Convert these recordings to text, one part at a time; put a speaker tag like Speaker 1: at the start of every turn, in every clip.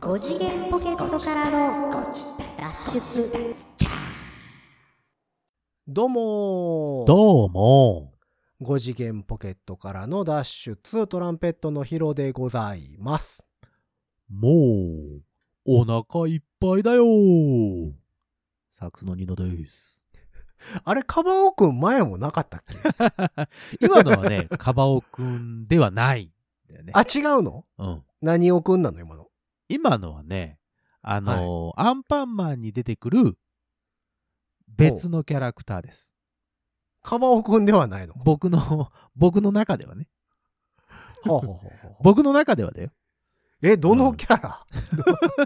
Speaker 1: 5次元ポケットからの脱出
Speaker 2: どうもー
Speaker 3: どうも。
Speaker 2: 5次元ポケットからの脱出トランペットのヒロでございます
Speaker 3: もう、お腹いっぱいだよ。サックスのニノです。
Speaker 2: あれカバオくん前もなかったっけ
Speaker 3: 今のは ね、カバオくんではないんだよね。
Speaker 2: あ違うの
Speaker 3: うん、
Speaker 2: 何をくんなの今の
Speaker 3: 今のはね、あのーアンパンマンに出てくる別のキャラクターです。
Speaker 2: カバオくんではないの
Speaker 3: 僕の、 僕の中ではね。
Speaker 2: ほうほうほうほう
Speaker 3: 僕の中ではだよ。
Speaker 2: えどのキャラ、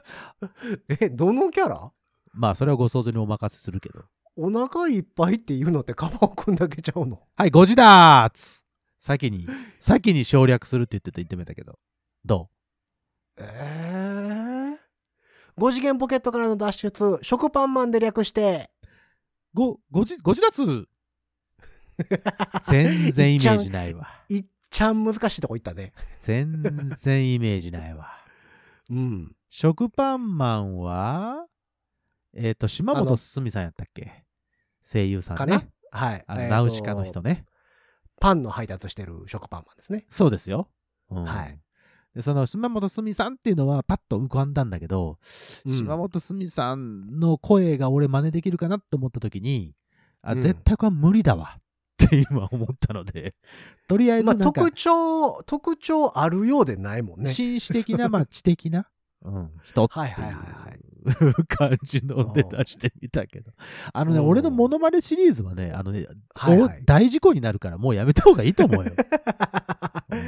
Speaker 2: えどのキャラ
Speaker 3: まあ、それはご想像にお任せするけど。
Speaker 2: お腹いっぱいって言うのってカバオくんだけちゃうの
Speaker 3: はい、ゴジダーツ先 に、先に省略するって言ってた、言ってみたけど。ど
Speaker 2: えー、5次元ポケットからの脱出食パンマンで略して
Speaker 3: うご、ごじ、ごじだつ全然イメージないわ。
Speaker 2: いっちゃん難しいとこ行ったね
Speaker 3: 全然イメージないわ。
Speaker 2: うん
Speaker 3: 食パンマンは、えっ、と、島
Speaker 2: あの
Speaker 3: 本すみさんやったっけ声優さ
Speaker 2: か
Speaker 3: ん
Speaker 2: な、
Speaker 3: ね。
Speaker 2: はい。
Speaker 3: あの、
Speaker 2: えーと
Speaker 3: ナウシカの人。ね。
Speaker 2: パンの配達してる食パンマンですね。
Speaker 3: そうですよ。うん
Speaker 2: はい。
Speaker 3: で、その島本すみさんっていうのはパッと浮かんだんだけど、
Speaker 2: うん
Speaker 3: 島本すみさんの声が俺真似できるかなって思った時に、あ、
Speaker 2: うん
Speaker 3: 絶対これは無理だわって今思ったので、とりあえず
Speaker 2: ま
Speaker 3: な
Speaker 2: あ、
Speaker 3: んか、
Speaker 2: 特徴、特徴あるようでないもんね。
Speaker 3: 紳士的な、まあ知的な、うん、人って
Speaker 2: はいいはいはいう
Speaker 3: 感じので出してみたけど、あのね、
Speaker 2: うん
Speaker 3: 俺のモノマネシリーズはね、あのね、
Speaker 2: はいはい
Speaker 3: お大事故になるからもうやめた方がいいと 思うよ。うん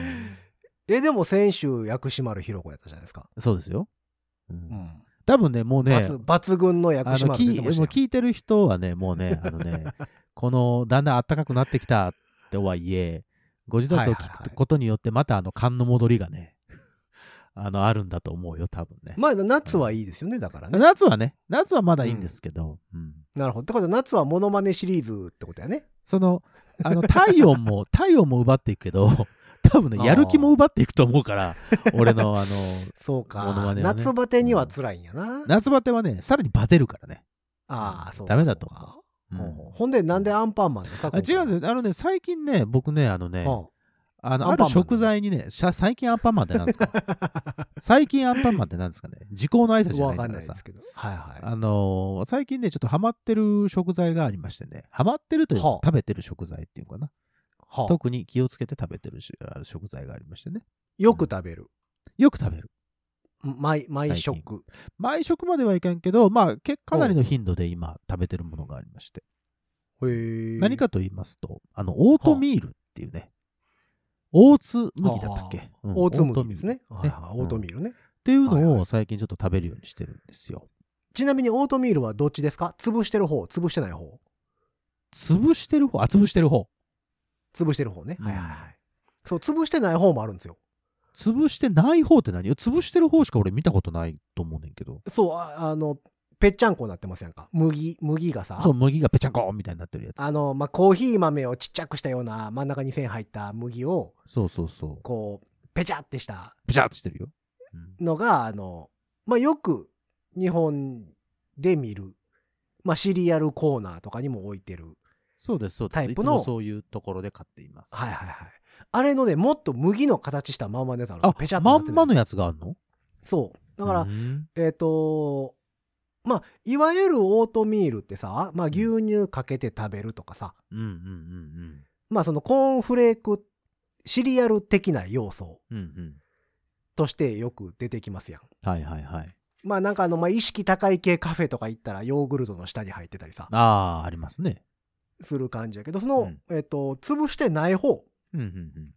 Speaker 2: え、でも先週、薬師丸ひろ子やったじゃないですか。
Speaker 3: そうですよ。う、
Speaker 2: うんん。
Speaker 3: 多分ね、もうね、
Speaker 2: 抜抜群の薬
Speaker 3: あ
Speaker 2: 師
Speaker 3: の
Speaker 2: 丸出て
Speaker 3: 聞
Speaker 2: ま
Speaker 3: い
Speaker 2: し
Speaker 3: もう
Speaker 2: たよ。
Speaker 3: 聞いてる人はね、もうね、あの ね、このだんだん暖かくなってきたとはいえ、ご自宅
Speaker 2: は
Speaker 3: を
Speaker 2: いはい
Speaker 3: 聞
Speaker 2: はい
Speaker 3: くことによって、またあの寒の戻りがね、あのあるんだと思うよ、多分ね。
Speaker 2: まあ、夏はいいですよね、だからね。
Speaker 3: 夏はね、夏はまだいいんですけど、うん
Speaker 2: なるほど。ってことは、夏はモノマネシリーズってことやね。
Speaker 3: その、あの体温も、 体温も奪っていくけど、 多分
Speaker 2: あ
Speaker 3: ね、
Speaker 2: ー
Speaker 3: やる気も奪っていくと思うから、俺の あの、
Speaker 2: そう
Speaker 3: モノ
Speaker 2: か。
Speaker 3: マネはね
Speaker 2: 夏バテには辛いんやな。
Speaker 3: 夏バテはね、さらにバテるからね。
Speaker 2: ああ、そうか
Speaker 3: ダメだと
Speaker 2: そうか
Speaker 3: うん
Speaker 2: ほうほうほんで、なんでアンパンマンですか
Speaker 3: あ違うん
Speaker 2: よ。
Speaker 3: ですよ。あのね、最近ね、僕ね、あのね、
Speaker 2: うん
Speaker 3: あの、
Speaker 2: ア
Speaker 3: あ
Speaker 2: ンパンマン
Speaker 3: る食材にね、しゃ最近アンパンマンってなんで すか最近アンパンマンってなんですかね時効の挨拶じゃな
Speaker 2: わ
Speaker 3: い
Speaker 2: か
Speaker 3: か
Speaker 2: んな
Speaker 3: ら
Speaker 2: いで
Speaker 3: さ
Speaker 2: す。けど。はいはい。
Speaker 3: あのー最近ね、ちょっとハマってる食材がありましてね、ハマってるというか
Speaker 2: はあ
Speaker 3: 食べてる食材っていうのかな、
Speaker 2: はあ
Speaker 3: 特に気をつけて食べてるしある食材がありましてね、
Speaker 2: よく食べる。
Speaker 3: よく食べる。
Speaker 2: 毎毎食。
Speaker 3: 毎食まではいかんけど、まあ、けかなりの頻度で今食べてるものがありまして、
Speaker 2: へー
Speaker 3: 何かと言いますと、あの、オートミールっていうね、オーツ麦だったっ
Speaker 2: は
Speaker 3: け、うん
Speaker 2: オーツ麦ですね。はいはい
Speaker 3: うん
Speaker 2: オートミールね。
Speaker 3: っていう
Speaker 2: はい
Speaker 3: の
Speaker 2: はい
Speaker 3: を最近ちょっと食べるようにしてるんですよ。
Speaker 2: ちなみにオートミールはどっちですか潰してる方、潰してない方。
Speaker 3: 潰してる方あ、潰してる方。
Speaker 2: 潰してる方ね。
Speaker 3: うん
Speaker 2: はいはいはい。そう、潰してない方もあるんですよ。
Speaker 3: 潰してない方って何潰してる方しか俺見たことないと思うねんけど。
Speaker 2: そう、ああの、ぺっちゃんこになってますやんか。麦、麦がさ
Speaker 3: そう、、麦がぺちゃんこみたいになってるやつ。
Speaker 2: あの、まあ、コーヒー豆をちっちゃくしたような真ん中に線入った麦を、
Speaker 3: そうそうそう。
Speaker 2: こう、ぺちゃってした
Speaker 3: ぺちゃっとしてるよ。うん
Speaker 2: のが、あの、まあ、よく日本で見る、まあ、シリアルコーナーとかにも置いてる。
Speaker 3: そうです、そうで
Speaker 2: タ
Speaker 3: す。
Speaker 2: イ
Speaker 3: い
Speaker 2: プ
Speaker 3: つ
Speaker 2: の
Speaker 3: もそういうところで買っています。
Speaker 2: はいはいはい。あれのね、もっと麦の形したまんまのやつあるの
Speaker 3: あ
Speaker 2: ペチャッ、とな
Speaker 3: ま
Speaker 2: って
Speaker 3: ん
Speaker 2: る
Speaker 3: まのやつがあるの
Speaker 2: そう。だから、
Speaker 3: うん
Speaker 2: えっ、とまあ、いわゆるオートミールってさ、まあ、牛乳かけて食べるとかさ、
Speaker 3: うんうんうん
Speaker 2: まあ、そのコーンフレーク、シリアル的な要素
Speaker 3: うん。うんうん。
Speaker 2: としてよく出てきますやん。
Speaker 3: はいはいはい。
Speaker 2: まあ、なんかあの、まあ、意識高い系カフェとか行ったらヨーグルトの下に入ってたりさ、
Speaker 3: ああ、ありますね。
Speaker 2: する感じやけど、その、
Speaker 3: うん
Speaker 2: えっ、と、潰してない方
Speaker 3: うんうん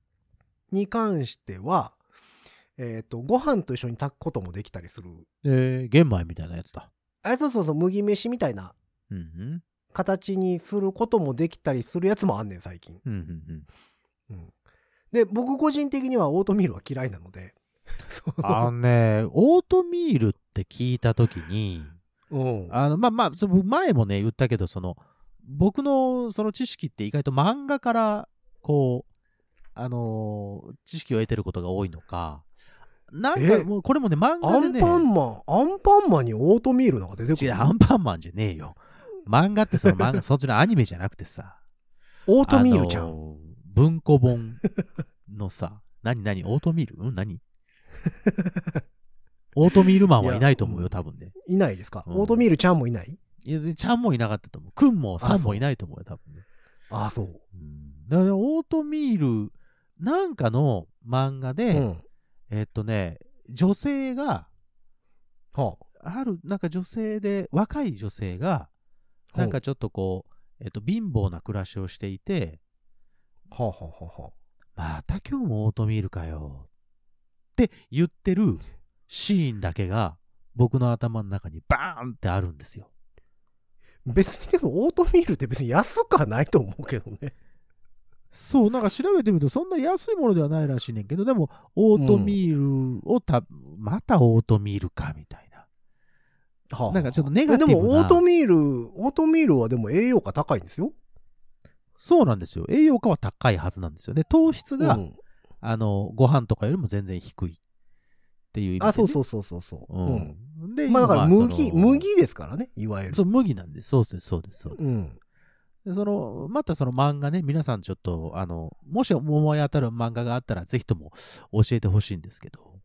Speaker 2: に関しては、えっ、と、ご飯と一緒に炊くこともできたりする
Speaker 3: うん。えー、玄米みたいなやつだ。
Speaker 2: あそうそうそう麦飯みたいな
Speaker 3: うんうん。
Speaker 2: 形にすることもできたりするやつもあんねん最近、
Speaker 3: うんうんうん。
Speaker 2: うんで僕個人的にはオートミールは嫌いなのでその
Speaker 3: あのね、オートミールって聞いたときに、
Speaker 2: うん
Speaker 3: あの、まあまあ、その前もね、言ったけど、その、僕のその知識って意外と漫画から、こう、あのー知識を得てることが多いのか、なん
Speaker 2: え
Speaker 3: かもうこれもね、漫
Speaker 2: ア
Speaker 3: 画で
Speaker 2: ン
Speaker 3: ね、
Speaker 2: パンマン、アンパンマンにオートミールなんか出てく
Speaker 3: 違う、
Speaker 2: る
Speaker 3: アンパンマンじゃねえよ。漫画ってその漫画、そっちのアニメじゃなくてさ。
Speaker 2: オートミールちゃん。
Speaker 3: あの文庫本 のさ、何何オートミールうん何オートミールマンはいないと思
Speaker 2: い
Speaker 3: う
Speaker 2: や
Speaker 3: よ、多分ね。
Speaker 2: いないですか、
Speaker 3: うん
Speaker 2: オートミールちゃんもいない
Speaker 3: いやでちゃんもいなかったと思う。くんもさ
Speaker 2: あ
Speaker 3: ん
Speaker 2: そ
Speaker 3: も
Speaker 2: う
Speaker 3: いないと思うよ、多分ね。
Speaker 2: ああ、そう。
Speaker 3: うんだからオートミールなんかの漫画で、
Speaker 2: うん。
Speaker 3: えっとね、女性が、
Speaker 2: は
Speaker 3: ある、なんか女性で、若い女性が、
Speaker 2: あ。
Speaker 3: なんかちょっとこう、えっと、貧乏な暮らしをしていて、
Speaker 2: はあ、はあはあはあ、
Speaker 3: また今日もオートミールかよ。って言ってるシーンだけが僕の頭の中にバーンってあるんですよ。
Speaker 2: 別にでもオートミールって別に安くはないと思うけどね。
Speaker 3: そう、なんか調べてみるとそんな安いものではないらしいねんけど、でもオートミールをた、またオートミールかみたいな。
Speaker 2: はあ
Speaker 3: なんかちょっとネガティブ
Speaker 2: で
Speaker 3: な
Speaker 2: もオートミール、オートミールはでも栄養価高いんですよ。
Speaker 3: そうなんですよ。栄養価は高いはずなんですよね。糖質が、
Speaker 2: うん
Speaker 3: あの、ご飯とかよりも全然低いっていう意味で、ね。
Speaker 2: あ、そうそうそうそうそう。
Speaker 3: う
Speaker 2: うん
Speaker 3: ん。で、
Speaker 2: まあだから
Speaker 3: 今その
Speaker 2: 麦、麦ですからね、いわゆる。
Speaker 3: そう、麦なんです。そうです、そうです、そうです。
Speaker 2: うん。
Speaker 3: でその、またその漫画ね、皆さんちょっと、あの、もし思い当たる漫画があったら、ぜひとも教えてほしいんですけど、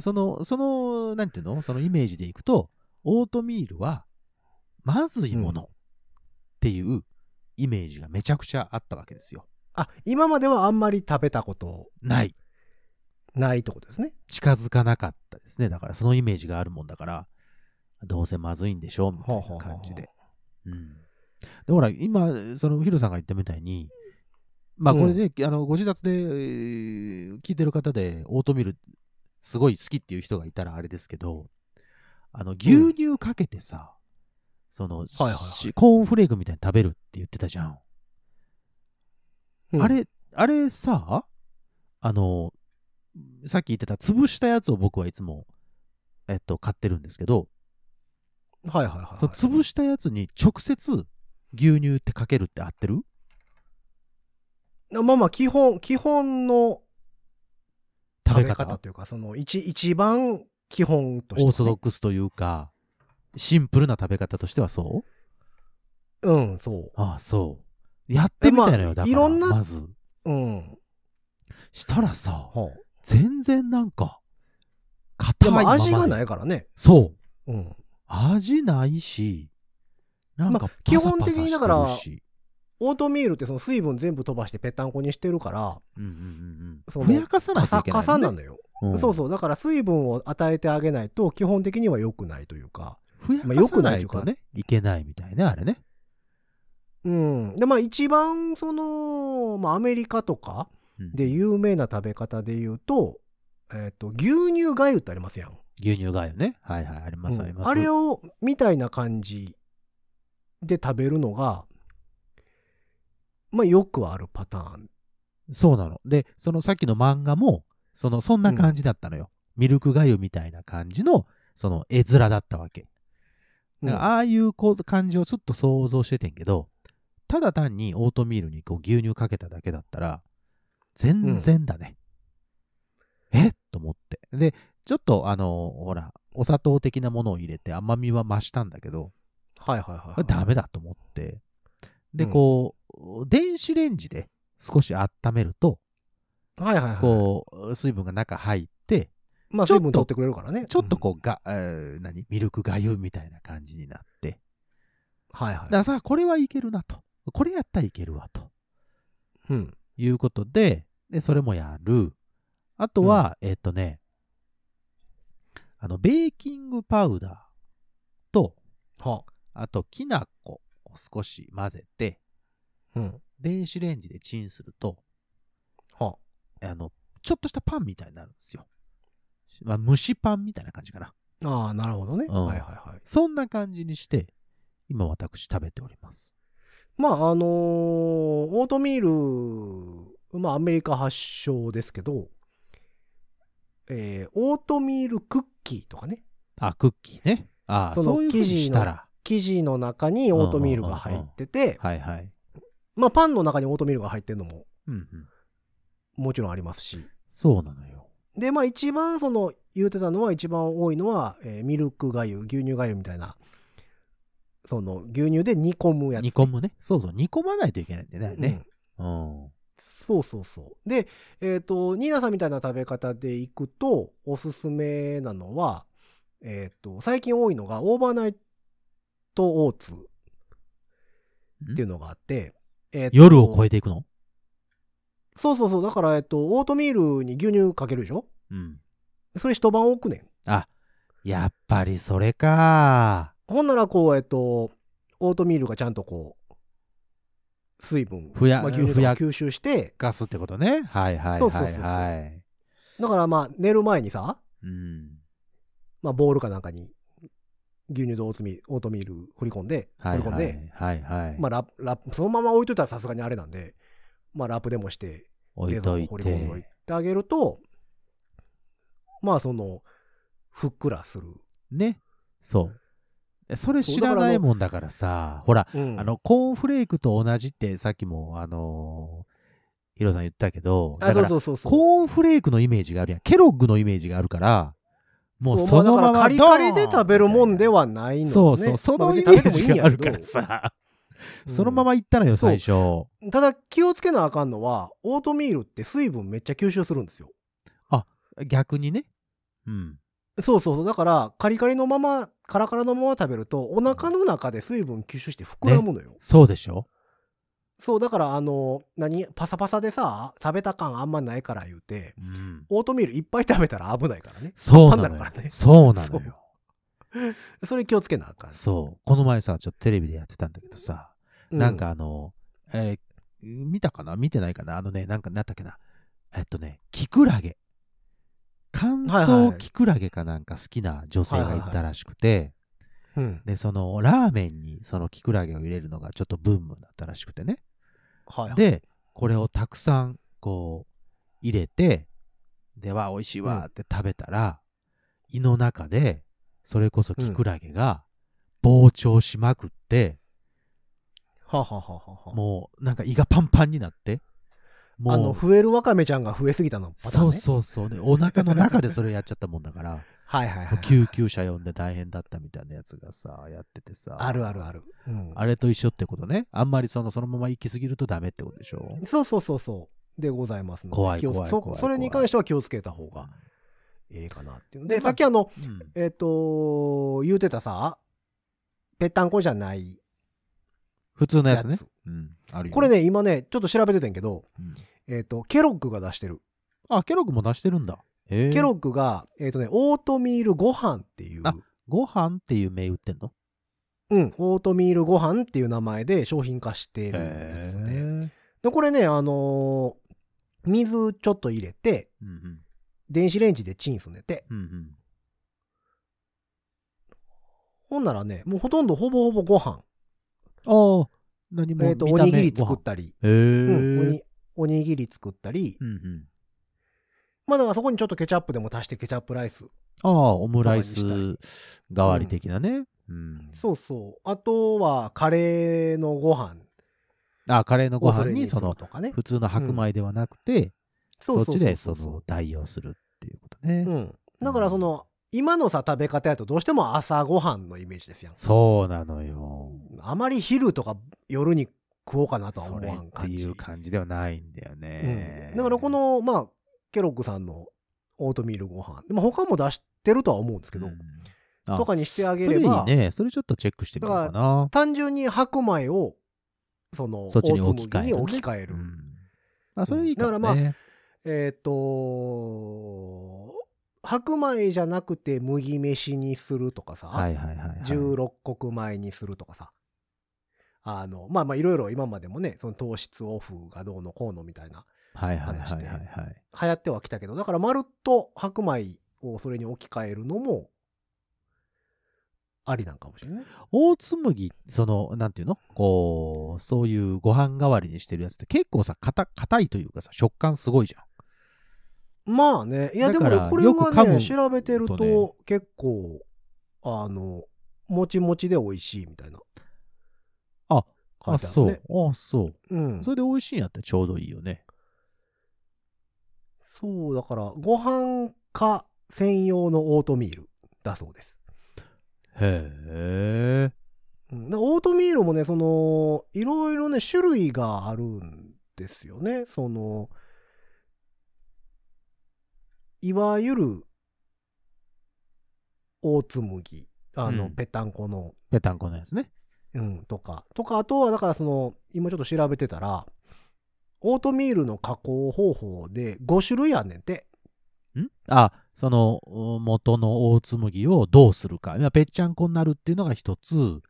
Speaker 3: その、その、なんていうのそのイメージでいくと、オートミールは、まずいものっていうイメージがめちゃくちゃあったわけですよ。
Speaker 2: あ、今まではあんまり食べたこと
Speaker 3: ない。
Speaker 2: ないってことですね。
Speaker 3: 近づかなかったですね。だから、そのイメージがあるもんだから、どうせまずいんでしょう、みたいな感じで。うん。で、ほら、今、そのヒロさんが言ったみたいに、まあこれね、あのご自宅で、えー聞いてる方で、オートミール、すごい好きっていう人がいたらあれですけど、あの、牛乳かけてさ、その、
Speaker 2: いはいはい
Speaker 3: しコーンフレークみたいに食べるって言ってたじゃん。
Speaker 2: うん
Speaker 3: あれ、あれさ、あの、さっき言ってた潰したやつを僕はいつも、えっと、買ってるんですけど、
Speaker 2: はいはいはい。
Speaker 3: その潰したやつに直接牛乳ってかけるって合ってる
Speaker 2: まあまあ、基本、基本の
Speaker 3: 食
Speaker 2: 食
Speaker 3: べ
Speaker 2: べ
Speaker 3: 方
Speaker 2: 方というか、その一、一番基本として、
Speaker 3: オーソドックスというか、シンプルな食べ方としてはそう
Speaker 2: うん、そう。
Speaker 3: ああ、そう。やってみたいの
Speaker 2: でまあ
Speaker 3: よ、だから。
Speaker 2: いろんな
Speaker 3: まず。
Speaker 2: うん。は
Speaker 3: したらさ、
Speaker 2: あ、
Speaker 3: 全然なんか、
Speaker 2: で
Speaker 3: 硬いま
Speaker 2: も
Speaker 3: まで。
Speaker 2: 味がないからね。
Speaker 3: そう。
Speaker 2: うん。
Speaker 3: 味ないし、なんか
Speaker 2: まあ
Speaker 3: パサパサ
Speaker 2: 基
Speaker 3: してるし、
Speaker 2: 本的にだからオートミールってその水分全部飛ばしてぺったんこにしてるから、
Speaker 3: うんうん
Speaker 2: そ
Speaker 3: うんう
Speaker 2: の
Speaker 3: ん。ふやかさ
Speaker 2: カ
Speaker 3: ないとい
Speaker 2: サ
Speaker 3: けない、
Speaker 2: カサなのよ。
Speaker 3: うん
Speaker 2: そうそう。だから水分を与えてあげないと、基本的には良くないというか。
Speaker 3: ふや
Speaker 2: まあ良
Speaker 3: かさ
Speaker 2: く
Speaker 3: な
Speaker 2: ないとい
Speaker 3: い
Speaker 2: うか
Speaker 3: とね、いけないみたいね、あれね。
Speaker 2: うん。で、まあ一番、その、まあアメリカとか
Speaker 3: うん
Speaker 2: で有名な食べ方で言うと、えっ、と、牛乳がゆってありますやん。
Speaker 3: 牛乳がよね。はいはい、あります、
Speaker 2: うん
Speaker 3: あります。
Speaker 2: あれをみたいな感じで食べるのがまあよくあるパターン
Speaker 3: そうなの。で、そのさっきの漫画も、その、そんな感じだったのよ。ミルクがゆみたいな感じの、その、絵面だったわけ。
Speaker 2: う
Speaker 3: だから
Speaker 2: ん
Speaker 3: ああいうこう感じをちょっと想像しててんけど、ただ単にオートミールにこう牛乳かけただけだったら、全然だね。えと思って。で、ちょっとあの、ほら、お砂糖的なものを入れて甘みは増したんだけど、
Speaker 2: はいはいはい、は
Speaker 3: これ
Speaker 2: い、
Speaker 3: ダメだと思って。で、
Speaker 2: うん
Speaker 3: こう、電子レンジで少し温めると、
Speaker 2: はいはいはい
Speaker 3: こう、水分が中入って、
Speaker 2: まあ
Speaker 3: ちょっ
Speaker 2: 水分
Speaker 3: と
Speaker 2: 取ってくれるからね
Speaker 3: ちょっと
Speaker 2: うん
Speaker 3: こうが、えー何ミルクがゆみたいな感じになって。
Speaker 2: はいは
Speaker 3: だ
Speaker 2: い
Speaker 3: からさ、これはいけるなと。これやったらいけるわ、と
Speaker 2: うん
Speaker 3: いうことで、で、それもやる。あとは、えっとね、あの、ベーキングパウダーと、
Speaker 2: は
Speaker 3: あと、きな粉を少し混ぜて、
Speaker 2: うん
Speaker 3: 電子レンジでチンすると、
Speaker 2: は
Speaker 3: あの、ちょっとしたパンみたいになるんですよ。まあ、蒸しパンみたいな感じかな。
Speaker 2: ああなるほどね、
Speaker 3: うん
Speaker 2: はいはいはい
Speaker 3: そんな感じにして、今私食べております。
Speaker 2: まああのーオートミールまあアメリカ発祥ですけどえーオートミールクッキーとかね
Speaker 3: あ、クッキーね。ああ、
Speaker 2: その
Speaker 3: そういう風にしたら。
Speaker 2: 生地の中にオートミールが入ってて、
Speaker 3: はいはい。
Speaker 2: まあパンの中にオートミールが入ってるのも
Speaker 3: うんうん。
Speaker 2: もちろんありますし。
Speaker 3: そうなのよ。
Speaker 2: で、まあ一番その言うてたのは一番多いのは、えーミルクがゆ、牛乳がゆみたいな、その牛乳で煮込むやつ。
Speaker 3: 煮込むね。そうそう、煮込まないといけないんだよね。あれ
Speaker 2: うん
Speaker 3: ね。うん。
Speaker 2: そうそうそう。で、えっ、と、ニーナさんみたいな食べ方でいくと、おすすめなのは、えっ、と、最近多いのが、オーバーナイトオーツっていうのがあって、えーと
Speaker 3: 夜を超えていくの
Speaker 2: そうそうそう。だから、えっ、と、オートミールに牛乳かけるでしょ
Speaker 3: うん。
Speaker 2: それ一晩置くねん。
Speaker 3: あ、やっぱりそれか。
Speaker 2: ほんなら、こう、えっ、と、オートミールがちゃんとこう、水分、
Speaker 3: ふや
Speaker 2: まあ、牛乳と
Speaker 3: ふ
Speaker 2: か
Speaker 3: や
Speaker 2: 吸収して、
Speaker 3: ガスってことね。はいはい
Speaker 2: そうそう
Speaker 3: は
Speaker 2: そうそ
Speaker 3: い
Speaker 2: う
Speaker 3: はい。
Speaker 2: だからまあ、寝る前にさ、
Speaker 3: うん。
Speaker 2: まあ、ボールかなんかに、牛乳とオートミール、オートミール振り込んで、
Speaker 3: は
Speaker 2: 振
Speaker 3: い
Speaker 2: り込ん
Speaker 3: は
Speaker 2: で、
Speaker 3: い。はいはい。
Speaker 2: まあ、ラップ、ラップ、そのまま置いといたらさすがにあれなんで、まあ、ラップでもして、
Speaker 3: 置いとい
Speaker 2: 冷蔵庫に放り込んで置い
Speaker 3: て。
Speaker 2: てあげると、まあ、その、ふっくらする。
Speaker 3: ね。そう。えそれ
Speaker 2: そう
Speaker 3: 知
Speaker 2: だからら
Speaker 3: ない
Speaker 2: あの
Speaker 3: もんだからさ、ほら、
Speaker 2: うん
Speaker 3: あ、の、コーンフレークと同じって、さっきも、あのーヒロさん言ったけど、
Speaker 2: あ
Speaker 3: だ
Speaker 2: そ
Speaker 3: か
Speaker 2: う
Speaker 3: ら
Speaker 2: そうそうそう。
Speaker 3: コーンフレークのイメージがあるやん。ケロッグのイメージがあるから、もう
Speaker 2: そう
Speaker 3: その
Speaker 2: ま
Speaker 3: ま
Speaker 2: あだ
Speaker 3: ま
Speaker 2: からカリカリで食べるもんで
Speaker 3: は
Speaker 2: はないのね。
Speaker 3: そうそう、そ
Speaker 2: ま
Speaker 3: の
Speaker 2: 別に
Speaker 3: イ
Speaker 2: 食
Speaker 3: メ
Speaker 2: べ
Speaker 3: ー
Speaker 2: てもいい
Speaker 3: ジ
Speaker 2: ん
Speaker 3: があ
Speaker 2: や
Speaker 3: る
Speaker 2: けど
Speaker 3: から。さ、
Speaker 2: うん
Speaker 3: そのまま行ったのよ、
Speaker 2: そう
Speaker 3: 最初。
Speaker 2: ただ気をつけなあかんのは、オートミールって水分めっちゃ吸収するんですよ。
Speaker 3: 逆にね。うん。
Speaker 2: そうそうそう。だから、カリカリのまま、カラカラのまま食べると、お腹の中で水分吸収して膨らむのよ。
Speaker 3: そうでしょ
Speaker 2: そう、だから、あの、何パサパサでさ、食べた感あんまないから言うて、
Speaker 3: うん。
Speaker 2: オートミールいっぱい食べたら危ないからね。
Speaker 3: そうなの
Speaker 2: パンダだから
Speaker 3: よ。
Speaker 2: ね
Speaker 3: そうなのよ。
Speaker 2: それ気をつけなあかん。
Speaker 3: そう。この前さ、ちょっとテレビでやってたんだけどさ、
Speaker 2: う
Speaker 3: なん、かあの、えー見たかな見てないかなあのね、なんか、なんだっけな。えっとね、キクラゲ。乾
Speaker 2: はいはいは
Speaker 3: 燥
Speaker 2: い
Speaker 3: キクラゲかなんか好きな女性がいたらしくて、
Speaker 2: うん。
Speaker 3: で、その、ラーメンにそのキクラゲを入れるのがちょっとブームだったらしくてね。
Speaker 2: はいはい。
Speaker 3: で、これをたくさん、こう、入れて、で、わあ、美味しいわって食べたら、胃の中で、それこそキクラゲが、膨張しまくって、
Speaker 2: ははははは。
Speaker 3: もう、なんか胃がパンパンになって、
Speaker 2: あの、
Speaker 3: もう、
Speaker 2: 増えるわかめちゃんが増えすぎたのパター
Speaker 3: そ
Speaker 2: ン、
Speaker 3: う
Speaker 2: ね。う。
Speaker 3: そうそう、でお腹の中でそれやっちゃったもんだから、
Speaker 2: はいはいは
Speaker 3: も
Speaker 2: い。
Speaker 3: う救急車呼んで大変だったみたいなやつがさ、やっててさ、
Speaker 2: あるあるある。うん、
Speaker 3: あれと一緒ってことね。あんまりその、そのまま行き過ぎるとダメってことでしょ
Speaker 2: そうそうそうそう。でございますので
Speaker 3: 怖い
Speaker 2: 気を
Speaker 3: 怖い
Speaker 2: そ
Speaker 3: 怖い
Speaker 2: それに関しては気をつけた方がええかなっていうので、さっきあの、
Speaker 3: うん。
Speaker 2: えっ、と言うてたさ、ぺったんこじゃない。
Speaker 3: 普通のやつ
Speaker 2: や
Speaker 3: ね
Speaker 2: つ。
Speaker 3: うん。あるよ
Speaker 2: これね、今ね、ちょっと調べててんけど、
Speaker 3: うん
Speaker 2: えっ、と、ケロッグが出してる。
Speaker 3: あ、ケロッグも出してるんだ。へえ
Speaker 2: ケロッグが、えっ、とね、オートミールご飯っていう、
Speaker 3: あご飯っていう銘打ってんの
Speaker 2: うん、オートミールご飯っていう名前で商品化してるんですね。
Speaker 3: へえ
Speaker 2: で、これね、あのー水ちょっと入れて、
Speaker 3: うんうん
Speaker 2: 電子レンジでチンすねて、
Speaker 3: うんうん
Speaker 2: ほんならね、もうほとんどほぼほぼご飯。
Speaker 3: ああ、何も
Speaker 2: えっ、と、おにぎり作
Speaker 3: ご飯
Speaker 2: ったり、
Speaker 3: へえ。
Speaker 2: うんおに、おにぎり作ったり、
Speaker 3: うんうん
Speaker 2: まあだからそこにちょっとケチャップでも足してケチャップライス。
Speaker 3: ああ、オムライ
Speaker 2: ご飯に
Speaker 3: ス代わり的なね。うん。
Speaker 2: そうそう。あとはカレーのご飯
Speaker 3: あ、カレーのご
Speaker 2: をそ
Speaker 3: 飯
Speaker 2: れ
Speaker 3: に
Speaker 2: にす
Speaker 3: そ
Speaker 2: る
Speaker 3: の
Speaker 2: とかね。
Speaker 3: 普通の白米ではなくて、そっちでその代用するっていうことね。
Speaker 2: うん。だからその、今のさ、食べ方やとどうしても朝ご飯のイメージですやん。
Speaker 3: そうなのよ。
Speaker 2: あまり昼とか夜に食おうかなとは
Speaker 3: そ
Speaker 2: 思
Speaker 3: れ
Speaker 2: わん
Speaker 3: って
Speaker 2: 感
Speaker 3: い
Speaker 2: じ。
Speaker 3: う感じではないんだよね
Speaker 2: う。んだからこの、まあ、ケロッグさんのオートミールご飯。まあ他も出してるとは思うんですけど、
Speaker 3: うんあ
Speaker 2: とかにしてあげれば
Speaker 3: それいいね。それちょっとチェックしてみようかな。
Speaker 2: 単純に白米を、その、
Speaker 3: そっちに置き換えるね
Speaker 2: オーツ麦に置き換える。
Speaker 3: うんあ、それいいかもね。
Speaker 2: だからえっ、と、白米じゃなくて麦飯にするとかさ、
Speaker 3: はいはいはい、はい。
Speaker 2: 16穀米にするとかさ、あの、まあまあいろいろ今までもね、その糖質オフがどうのこうのみたいな、
Speaker 3: はいはい
Speaker 2: 話
Speaker 3: は
Speaker 2: して
Speaker 3: いはい、はい。
Speaker 2: 流行ってはきたけど、だからまるっと白米をそれに置き換えるのも、ありなんかもしれない。
Speaker 3: 大つむぎ、その、なんていうのこう、そういうご飯代わりにしてるやつって結構さ、硬硬いというかさ、食感すごいじゃん。
Speaker 2: まあね、いやで
Speaker 3: だ
Speaker 2: も
Speaker 3: から
Speaker 2: ねこれ
Speaker 3: よく噛
Speaker 2: はね、
Speaker 3: む
Speaker 2: 調べてる
Speaker 3: とね
Speaker 2: と結構、あの、もちもちで美味しいみたいな。
Speaker 3: あ、
Speaker 2: 書い
Speaker 3: あ、
Speaker 2: てあ
Speaker 3: そ
Speaker 2: るね
Speaker 3: う。。あ、そう。
Speaker 2: うん
Speaker 3: そ。れで美味しいんやったらちょうどいいよね。
Speaker 2: そう、だから、ご飯か専用のオートミールだそうです。
Speaker 3: へえ。
Speaker 2: うん、だからオートミールもね、その、いろいろね、種類があるんですよね。その、いわゆる、大つ麦、あの、
Speaker 3: うん
Speaker 2: ぺたんこの、
Speaker 3: ぺたんこのやつね。
Speaker 2: うん、とか、とか、あとは、だからその、今ちょっと調べてたら、オートミールの加工方法で5種類あんねんて。
Speaker 3: んあ、そのお元の大紬をどうするか。いやぺっちゃんこになるっていうのが一つ。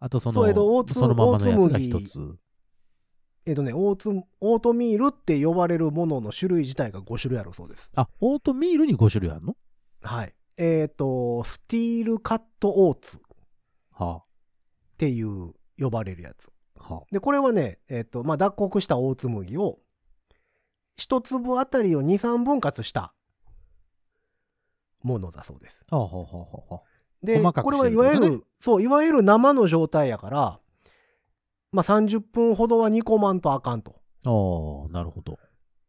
Speaker 3: あとその
Speaker 2: そうえっと大つ
Speaker 3: そのままのやつが一つ。
Speaker 2: えっとね、オーツオートミールって呼ばれるものの種類自体が5種類あるそうです。
Speaker 3: あ、オートミールに5種類あるの
Speaker 2: はい。えっ、と、スティールカットオーツっ
Speaker 3: は
Speaker 2: ていう呼ばれるやつ。
Speaker 3: あ、は
Speaker 2: で、これはね、えっ、と、まあ、脱穀したオーツ麦を、一粒あたりを2、3分割したものだそうです。
Speaker 3: あ、はあ、はあ、はあ、はあ。
Speaker 2: で、
Speaker 3: 細かく
Speaker 2: これはい
Speaker 3: してるっ
Speaker 2: わ
Speaker 3: て
Speaker 2: ゆ
Speaker 3: ことね
Speaker 2: る、そう、いわゆる生の状態やから、まあ、30分ほどは煮込まんとあかんと。
Speaker 3: あーなるほど。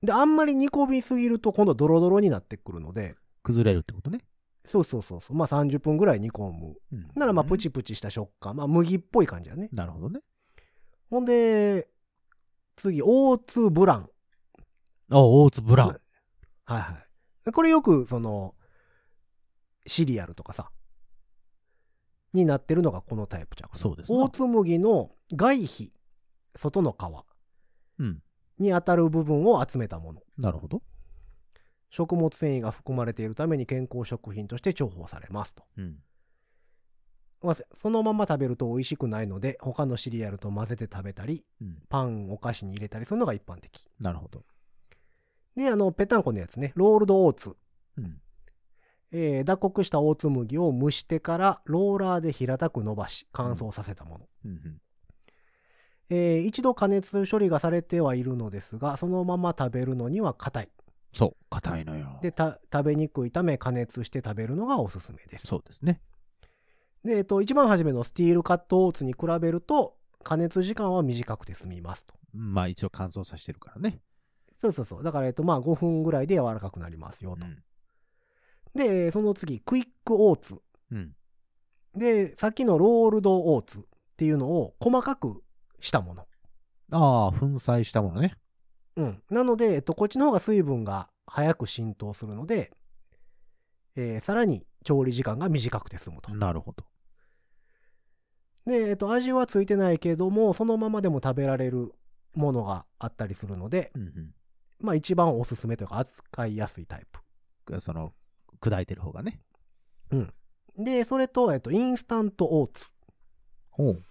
Speaker 2: で、あんまり煮込みすぎると今度ドロドロになってくるので、
Speaker 3: 崩れるってことね。
Speaker 2: そうそうそうそう、まあ30分ぐらい煮込む。
Speaker 3: うん
Speaker 2: ならまあプ。チプチした食感、まあ麦っぽい感じだね。
Speaker 3: なるほどね。
Speaker 2: ほんで、次、オーツブラン。
Speaker 3: あ、大津ブラン。
Speaker 2: はいはい。これよく、その、シリアルとかさ、になってるのがこのタイプちゃうかな
Speaker 3: そうですな
Speaker 2: オーツ麦の外皮、外の皮
Speaker 3: うん。
Speaker 2: に当たる部分を集めたもの。
Speaker 3: なるほど。
Speaker 2: 食物繊維が含まれているために健康食品として重宝されますと。
Speaker 3: うん。
Speaker 2: まあそのまま食べると美味しくないので、他のシリアルと混ぜて食べたり、
Speaker 3: うん。
Speaker 2: パン、お菓子に入れたりするのが一般的。
Speaker 3: なるほど。
Speaker 2: で、あの、ペタンコのやつね、ロールドオーツ。
Speaker 3: うん。
Speaker 2: えー脱穀したオーツ麦を蒸してからローラーで平たく伸ばし乾燥させたもの、
Speaker 3: うんうん。
Speaker 2: えー一度加熱処理がされてはいるのですがそのまま食べるのには硬い
Speaker 3: そう、硬いのよ。
Speaker 2: でた食べにくいため加熱して食べるのがおすすめです
Speaker 3: そうですね。
Speaker 2: で、えっと、一番初めのスティールカットオーツに比べると加熱時間は短くて済みますと
Speaker 3: まあ一応乾燥させてるからね。
Speaker 2: そうそうそうだから、えっとまあ、5分ぐらいで柔らかくなりますよと、でその次クイックオーツ
Speaker 3: うん。
Speaker 2: でさっきのロールドオーツっていうのを細かくしたもの
Speaker 3: ああ、粉砕したものね。
Speaker 2: うん。なので、えっと、こっちの方が水分が早く浸透するので、えーさらに調理時間が短くて済むと。
Speaker 3: なるほど。
Speaker 2: で、えっと、味はついてないけども、そのままでも食べられるものがあったりするので、
Speaker 3: うんうん
Speaker 2: まあ一番おすすめというか扱いやすいタイプ。
Speaker 3: く。その、砕いてる方がね。
Speaker 2: で、それと、えっと、インスタントオーツ。
Speaker 3: ほう。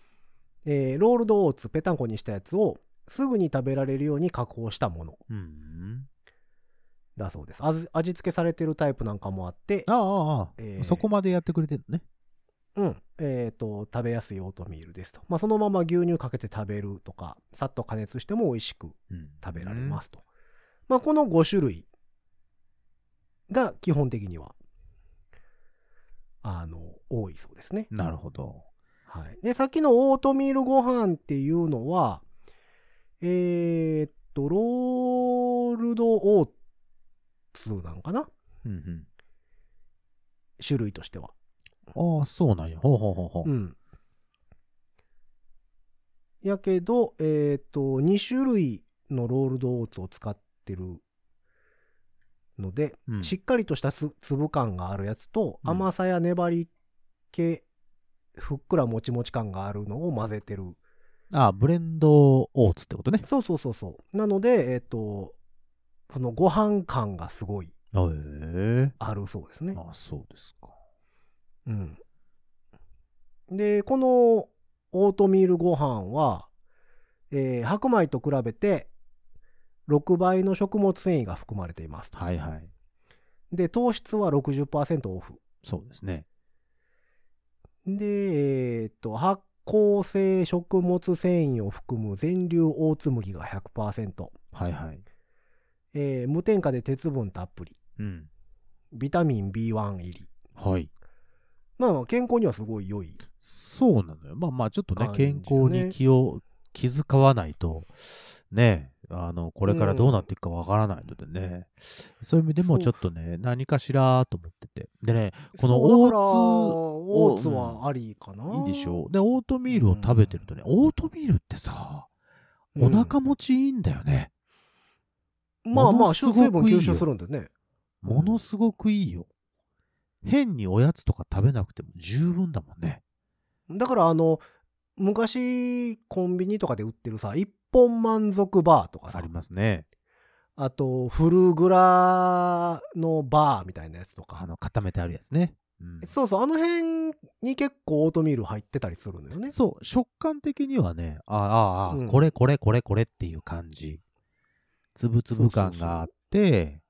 Speaker 2: えーロールドオーツ、ペタンコにしたやつを、すぐに食べられるように加工したもの
Speaker 3: うん。
Speaker 2: だそうです。味味付けされてるタイプなんかもあって、
Speaker 3: ああ、ああ、
Speaker 2: えー
Speaker 3: そこまでやってくれてるのね。
Speaker 2: うん。えっ、と、食べやすいオートミールですと。まあ、そのまま牛乳かけて食べるとか、さっと加熱しても美味しく
Speaker 3: うん
Speaker 2: 食べられま。すと。まあ、この5種類が基本的には、あの、多いそうですね。
Speaker 3: なるほど。
Speaker 2: はい。で、さっきのオートミールご飯っていうのは、えーっと、ロールドオーツなんかな
Speaker 3: うん
Speaker 2: 種類としては。
Speaker 3: うん。ああ、そうなんや。ほうほうほうほう。
Speaker 2: うん。やけど、えっ、と、2種類のロールドオーツを使ってるので、
Speaker 3: うん
Speaker 2: しっかりとしたす粒感があるやつと、
Speaker 3: うん
Speaker 2: 甘さや粘り気、ふっくらもちもち感があるのを混ぜてる。
Speaker 3: ああ、ブレンドオーツってことね。
Speaker 2: そうそうそうそう。なので、えっ、と、そのご飯感がすごい
Speaker 3: へえ。
Speaker 2: あるそうですね。
Speaker 3: ああ、そうですか。
Speaker 2: うん。で、このオートミールご飯は、えー白米と比べて6倍の食物繊維が含まれていますと。
Speaker 3: はいはい。
Speaker 2: で、糖質は60%オフ。
Speaker 3: そうですね。
Speaker 2: で、えーっと、発酵性食物繊維を含む全粒オーツ麦が100%、
Speaker 3: はいはい。
Speaker 2: えー無添加で鉄分たっぷり、
Speaker 3: うん。
Speaker 2: ビタミン B1 入り。
Speaker 3: はい。
Speaker 2: まあまあ、健康にはすごい良い。
Speaker 3: そうなのよ。まあまあ、ちょっとね、
Speaker 2: 感じよ
Speaker 3: 健
Speaker 2: ね
Speaker 3: 康に気を、気遣わないと、ね、あの、これからどうなっていくかわからないのでね、そういう意味でもちょっとね、何かしらと思ってて。でね、この
Speaker 2: そうだから
Speaker 3: オ
Speaker 2: オ
Speaker 3: ー
Speaker 2: ー
Speaker 3: ツ
Speaker 2: ツ
Speaker 3: を
Speaker 2: はありかな、
Speaker 3: いいでしょう。で、オートミールを食べてるとね、オートミールってさ、お腹持ちいいんだよね。
Speaker 2: うんまあ
Speaker 3: も
Speaker 2: ま
Speaker 3: の
Speaker 2: あ
Speaker 3: すご
Speaker 2: 水
Speaker 3: くいいよ
Speaker 2: 分吸収するんでね
Speaker 3: ものすごくいいよ。変におやつとか食べなくても十分だもんね。
Speaker 2: だからあの昔コンビニとかで売ってるさ一本満足バーとか
Speaker 3: あ
Speaker 2: さ
Speaker 3: りますね。
Speaker 2: あとフルグラのバーみたいなやつと
Speaker 3: あ
Speaker 2: か
Speaker 3: の、固めてあるやつね。うん
Speaker 2: そうそうあの辺に結構オートミール入ってたりするのよね
Speaker 3: そう、食感的にはね、ああ、ああ、
Speaker 2: うん
Speaker 3: これこれこれこれっていう感じ。つぶつぶ感があって、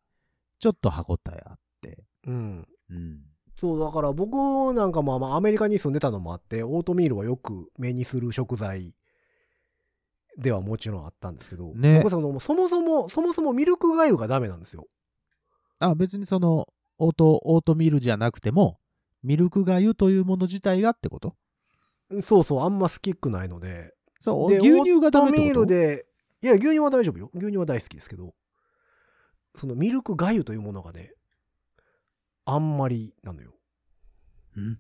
Speaker 3: ちょっと歯ごたえあって。
Speaker 2: うん
Speaker 3: うん。
Speaker 2: そうだから僕なんかまあまあアメリカに住んでたのもあってオートミールはよく目にする食材ではもちろんあったんですけど、
Speaker 3: ね
Speaker 2: 僕そのそもそもそもそもミルクがゆがダメなんですよ
Speaker 3: あ、別にその、オート、オートミールじゃなくても、ミルクがゆというもの自体がってこと
Speaker 2: そうそうあんま好きくないので
Speaker 3: そう、
Speaker 2: で
Speaker 3: 牛乳がダメ
Speaker 2: オ
Speaker 3: ってこと
Speaker 2: ートミールでいや牛乳は大丈夫よ牛乳は大好きですけどそのミルクがゆというものがねあんまりなのよ
Speaker 3: うん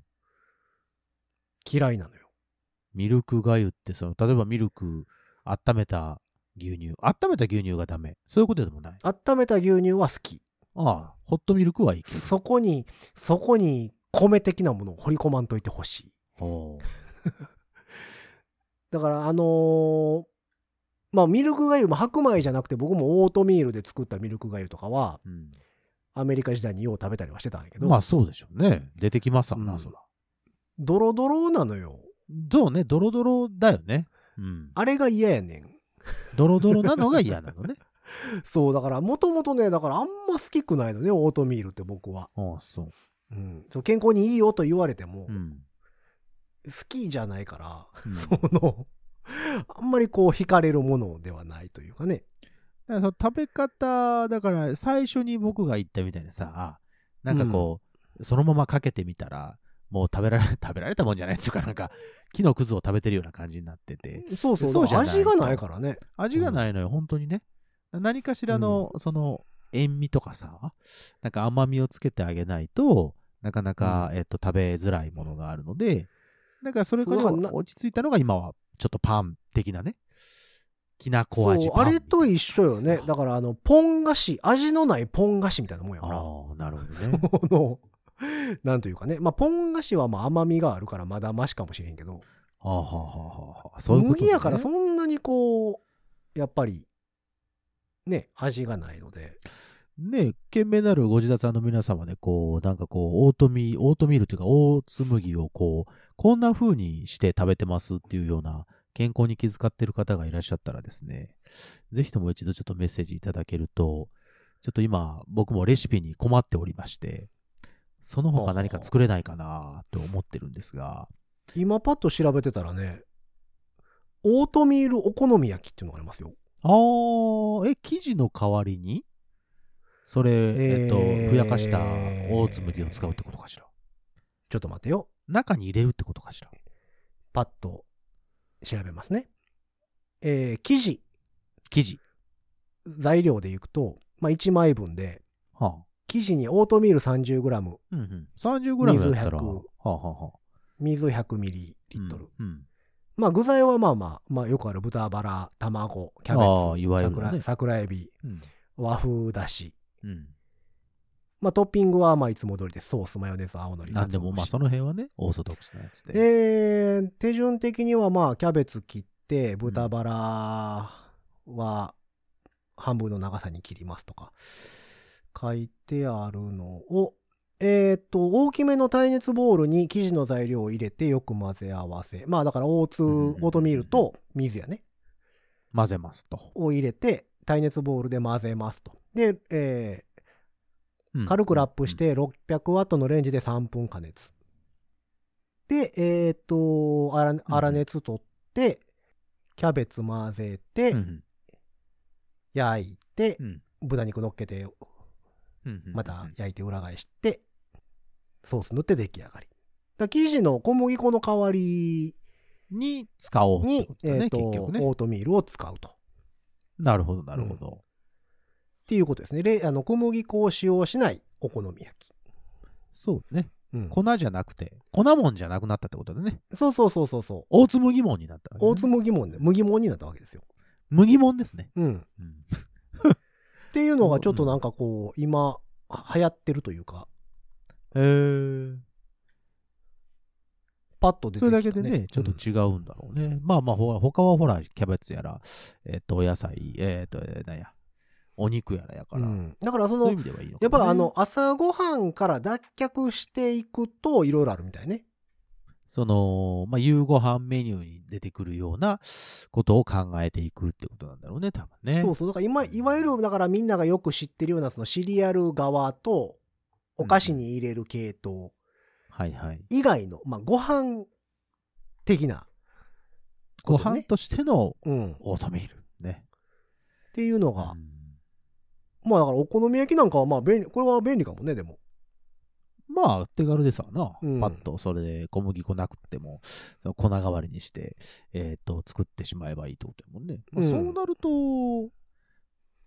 Speaker 2: 嫌いなのよ
Speaker 3: ミルクがゆって、その、例えばミルク、温めた牛乳、温めた牛乳がダメ。そういうことでもない。
Speaker 2: 温めた牛乳は好き
Speaker 3: ああ、ホットミルクはいい。
Speaker 2: そこにそこに米的なものを掘り込まんといてほしい
Speaker 3: おー
Speaker 2: だからあのーまあミルクがゆも白米じゃなくて僕もオートミールで作ったミルクがゆとかは
Speaker 3: うん
Speaker 2: アメリカ時代によう食べたりはしてたんやけど、
Speaker 3: まあそうでしょうね。出てきますわな、
Speaker 2: うん
Speaker 3: そら。
Speaker 2: ドロドロなのよ
Speaker 3: そうね、ドロドロだよね。うん。
Speaker 2: あれが嫌やねん
Speaker 3: ドロドロなのが嫌なの ね。
Speaker 2: そうだからもともとねだからあんま好きくないのねオートミールって僕は、
Speaker 3: ああ、そう。
Speaker 2: うん、そう健康にいいよと言われても、
Speaker 3: うん。
Speaker 2: 好きじゃないから、
Speaker 3: うん
Speaker 2: そのあんまりこう惹かれるものではないというかね
Speaker 3: だからその食べ方、だから最初に僕が言ったみたいなさ、なんかこう、そのままかけてみたら、もう食べられ、食べられたもんじゃないっていうか、なんか、木のくずを食べてるような感じになってて、
Speaker 2: そうそう
Speaker 3: そうじゃない
Speaker 2: 味がないからね
Speaker 3: 味がないのよ、本当にね。何かしらの、その、塩味とかさ、なんか甘みをつけてあげないと、なかなか、えっと、食べづらいものがあるので、だからそれから
Speaker 2: そうだからな
Speaker 3: 落ち着いたのが今は、ちょっとパン的なね、きなこ味
Speaker 2: そう
Speaker 3: パン
Speaker 2: あ
Speaker 3: みたいな。
Speaker 2: れと一緒よね
Speaker 3: そう
Speaker 2: だからあのポン菓子味のないポン菓子みたいなもんやから
Speaker 3: ああ、なるほどね。
Speaker 2: このなんというかねまあポン菓子はまあ甘みがあるからまだマシかもしれんけど
Speaker 3: はあはあはあはあ。そういうこと、ね。
Speaker 2: 麦やからそんなにこうやっぱりね味がないので
Speaker 3: ねえ、懸命なるご自宅の皆様で、こう、なんかこう、オートミール、オートミールというか、オーツ麦をこう、こんな風にして食べてますっていうような、健康に気遣ってる方がいらっしゃったらですね、ぜひとも一度ちょっとメッセージいただけると、ちょっと今、僕もレシピに困っておりまして、その他何か作れないかなと思ってるんですが、
Speaker 2: 今パッと調べてたらねオートミールお好み焼きっていうのがありますよ
Speaker 3: あー、え、生地の代わりに、それ、えっと、
Speaker 2: えー
Speaker 3: ふやかしたオーツ麦を使うってことかしら。
Speaker 2: ちょっと待ってよ
Speaker 3: 中に入れるってことかしら。
Speaker 2: パッと調べますねえー生地
Speaker 3: 生地。
Speaker 2: 材料でいくと、まあ、1枚分で
Speaker 3: はあ。
Speaker 2: 生地にオートミール 30g
Speaker 3: うんうん。30g だった
Speaker 2: 水
Speaker 3: ら、
Speaker 2: 100
Speaker 3: はあはあはあ。
Speaker 2: 水 100ml、
Speaker 3: うん。うん
Speaker 2: まあ具材はまあまあ、まあ、よくある豚バラ卵キ
Speaker 3: あ
Speaker 2: ャ
Speaker 3: あ
Speaker 2: ベ
Speaker 3: い
Speaker 2: ツ
Speaker 3: わゆるね
Speaker 2: 桜桜エビ
Speaker 3: うん。
Speaker 2: 和風だし、
Speaker 3: うん。
Speaker 2: まあ、トッピングはまあいつも通りでソースマヨネーズ青のり
Speaker 3: なんでも、まあ、そ
Speaker 2: の
Speaker 3: の辺はね、オーソドックスなやつで。
Speaker 2: で手順的にはまあキャベツ切って豚バラは半分の長さに切りますとか書いてあるのをえーっと大きめの耐熱ボウルに生地の材料を入れてよく混ぜ合わせまあだからオーツ
Speaker 3: うんうんうん
Speaker 2: オ
Speaker 3: うん
Speaker 2: ートミールと水やね
Speaker 3: 混ぜますと。
Speaker 2: を入れて耐熱ボウルで混ぜますとで、え
Speaker 3: うん
Speaker 2: ー軽くラップし。て600ワットのレンジで3分加熱でえっ、と粗粗熱取ってキャベツ混ぜて
Speaker 3: うんうん。
Speaker 2: 焼いて
Speaker 3: うん
Speaker 2: 豚肉乗っけて
Speaker 3: うんうん
Speaker 2: また焼いて裏返してソース塗って出来上がりだから生地の小麦粉の代わり
Speaker 3: に使おうって
Speaker 2: に
Speaker 3: こ、とだ
Speaker 2: え
Speaker 3: ね。
Speaker 2: ーと
Speaker 3: 結局ね。
Speaker 2: オートミールを使うと
Speaker 3: なるほど、なるほど。
Speaker 2: ていうことですね。れあの小麦粉を使用しないお好み焼き。
Speaker 3: そうね。
Speaker 2: うん、
Speaker 3: 粉じゃなくて、粉もんじゃなくなったってことだね。
Speaker 2: そうそうそうそうそう。
Speaker 3: 大粒疑問になったわけね、
Speaker 2: 大粒麦もんで、麦もんになったわけですよ。
Speaker 3: 麦もんですね。
Speaker 2: うん。
Speaker 3: うん
Speaker 2: っていうのがちょっとなんかこう、今、流行ってるというか、
Speaker 3: えー、
Speaker 2: パッと出てき
Speaker 3: そ
Speaker 2: た、ね。
Speaker 3: れだけでね、ちょっと
Speaker 2: うん
Speaker 3: 違うんだろうね。まあまあ、ほら他はほら、キャベツやら、えっ、と、お野菜、えっ、と、えーなんや、お肉やらやから、
Speaker 2: うんだからそ
Speaker 3: そういう
Speaker 2: の
Speaker 3: 意、味ではいいのか
Speaker 2: やっ
Speaker 3: な
Speaker 2: ぱあの、、朝ごはんから脱却していくと、いろいろあるみたいね。
Speaker 3: その、まあ、夕ご飯メニューに出てくるようなことを考えていくってことなんだろうね、多分ね。
Speaker 2: そうそう。だから今、いわゆる、だからみんながよく知ってるような、そのシリアル側と、お菓子に入れる系統
Speaker 3: はいはい。
Speaker 2: 以外の、まあ、ご飯的な、
Speaker 3: ご
Speaker 2: ことね
Speaker 3: 飯としての
Speaker 2: うん。っ
Speaker 3: オートミール。ね。
Speaker 2: ていうのが、まあだからお好み焼きなんかは、まあ便利、これは便利かもね、でも。
Speaker 3: まあ、手軽ですわな。
Speaker 2: うん
Speaker 3: パッと、それで小麦粉なくっても、その粉代わりにして、えっ、と、作ってしまえばいいってことやもんね。まあ
Speaker 2: うん
Speaker 3: そうなると、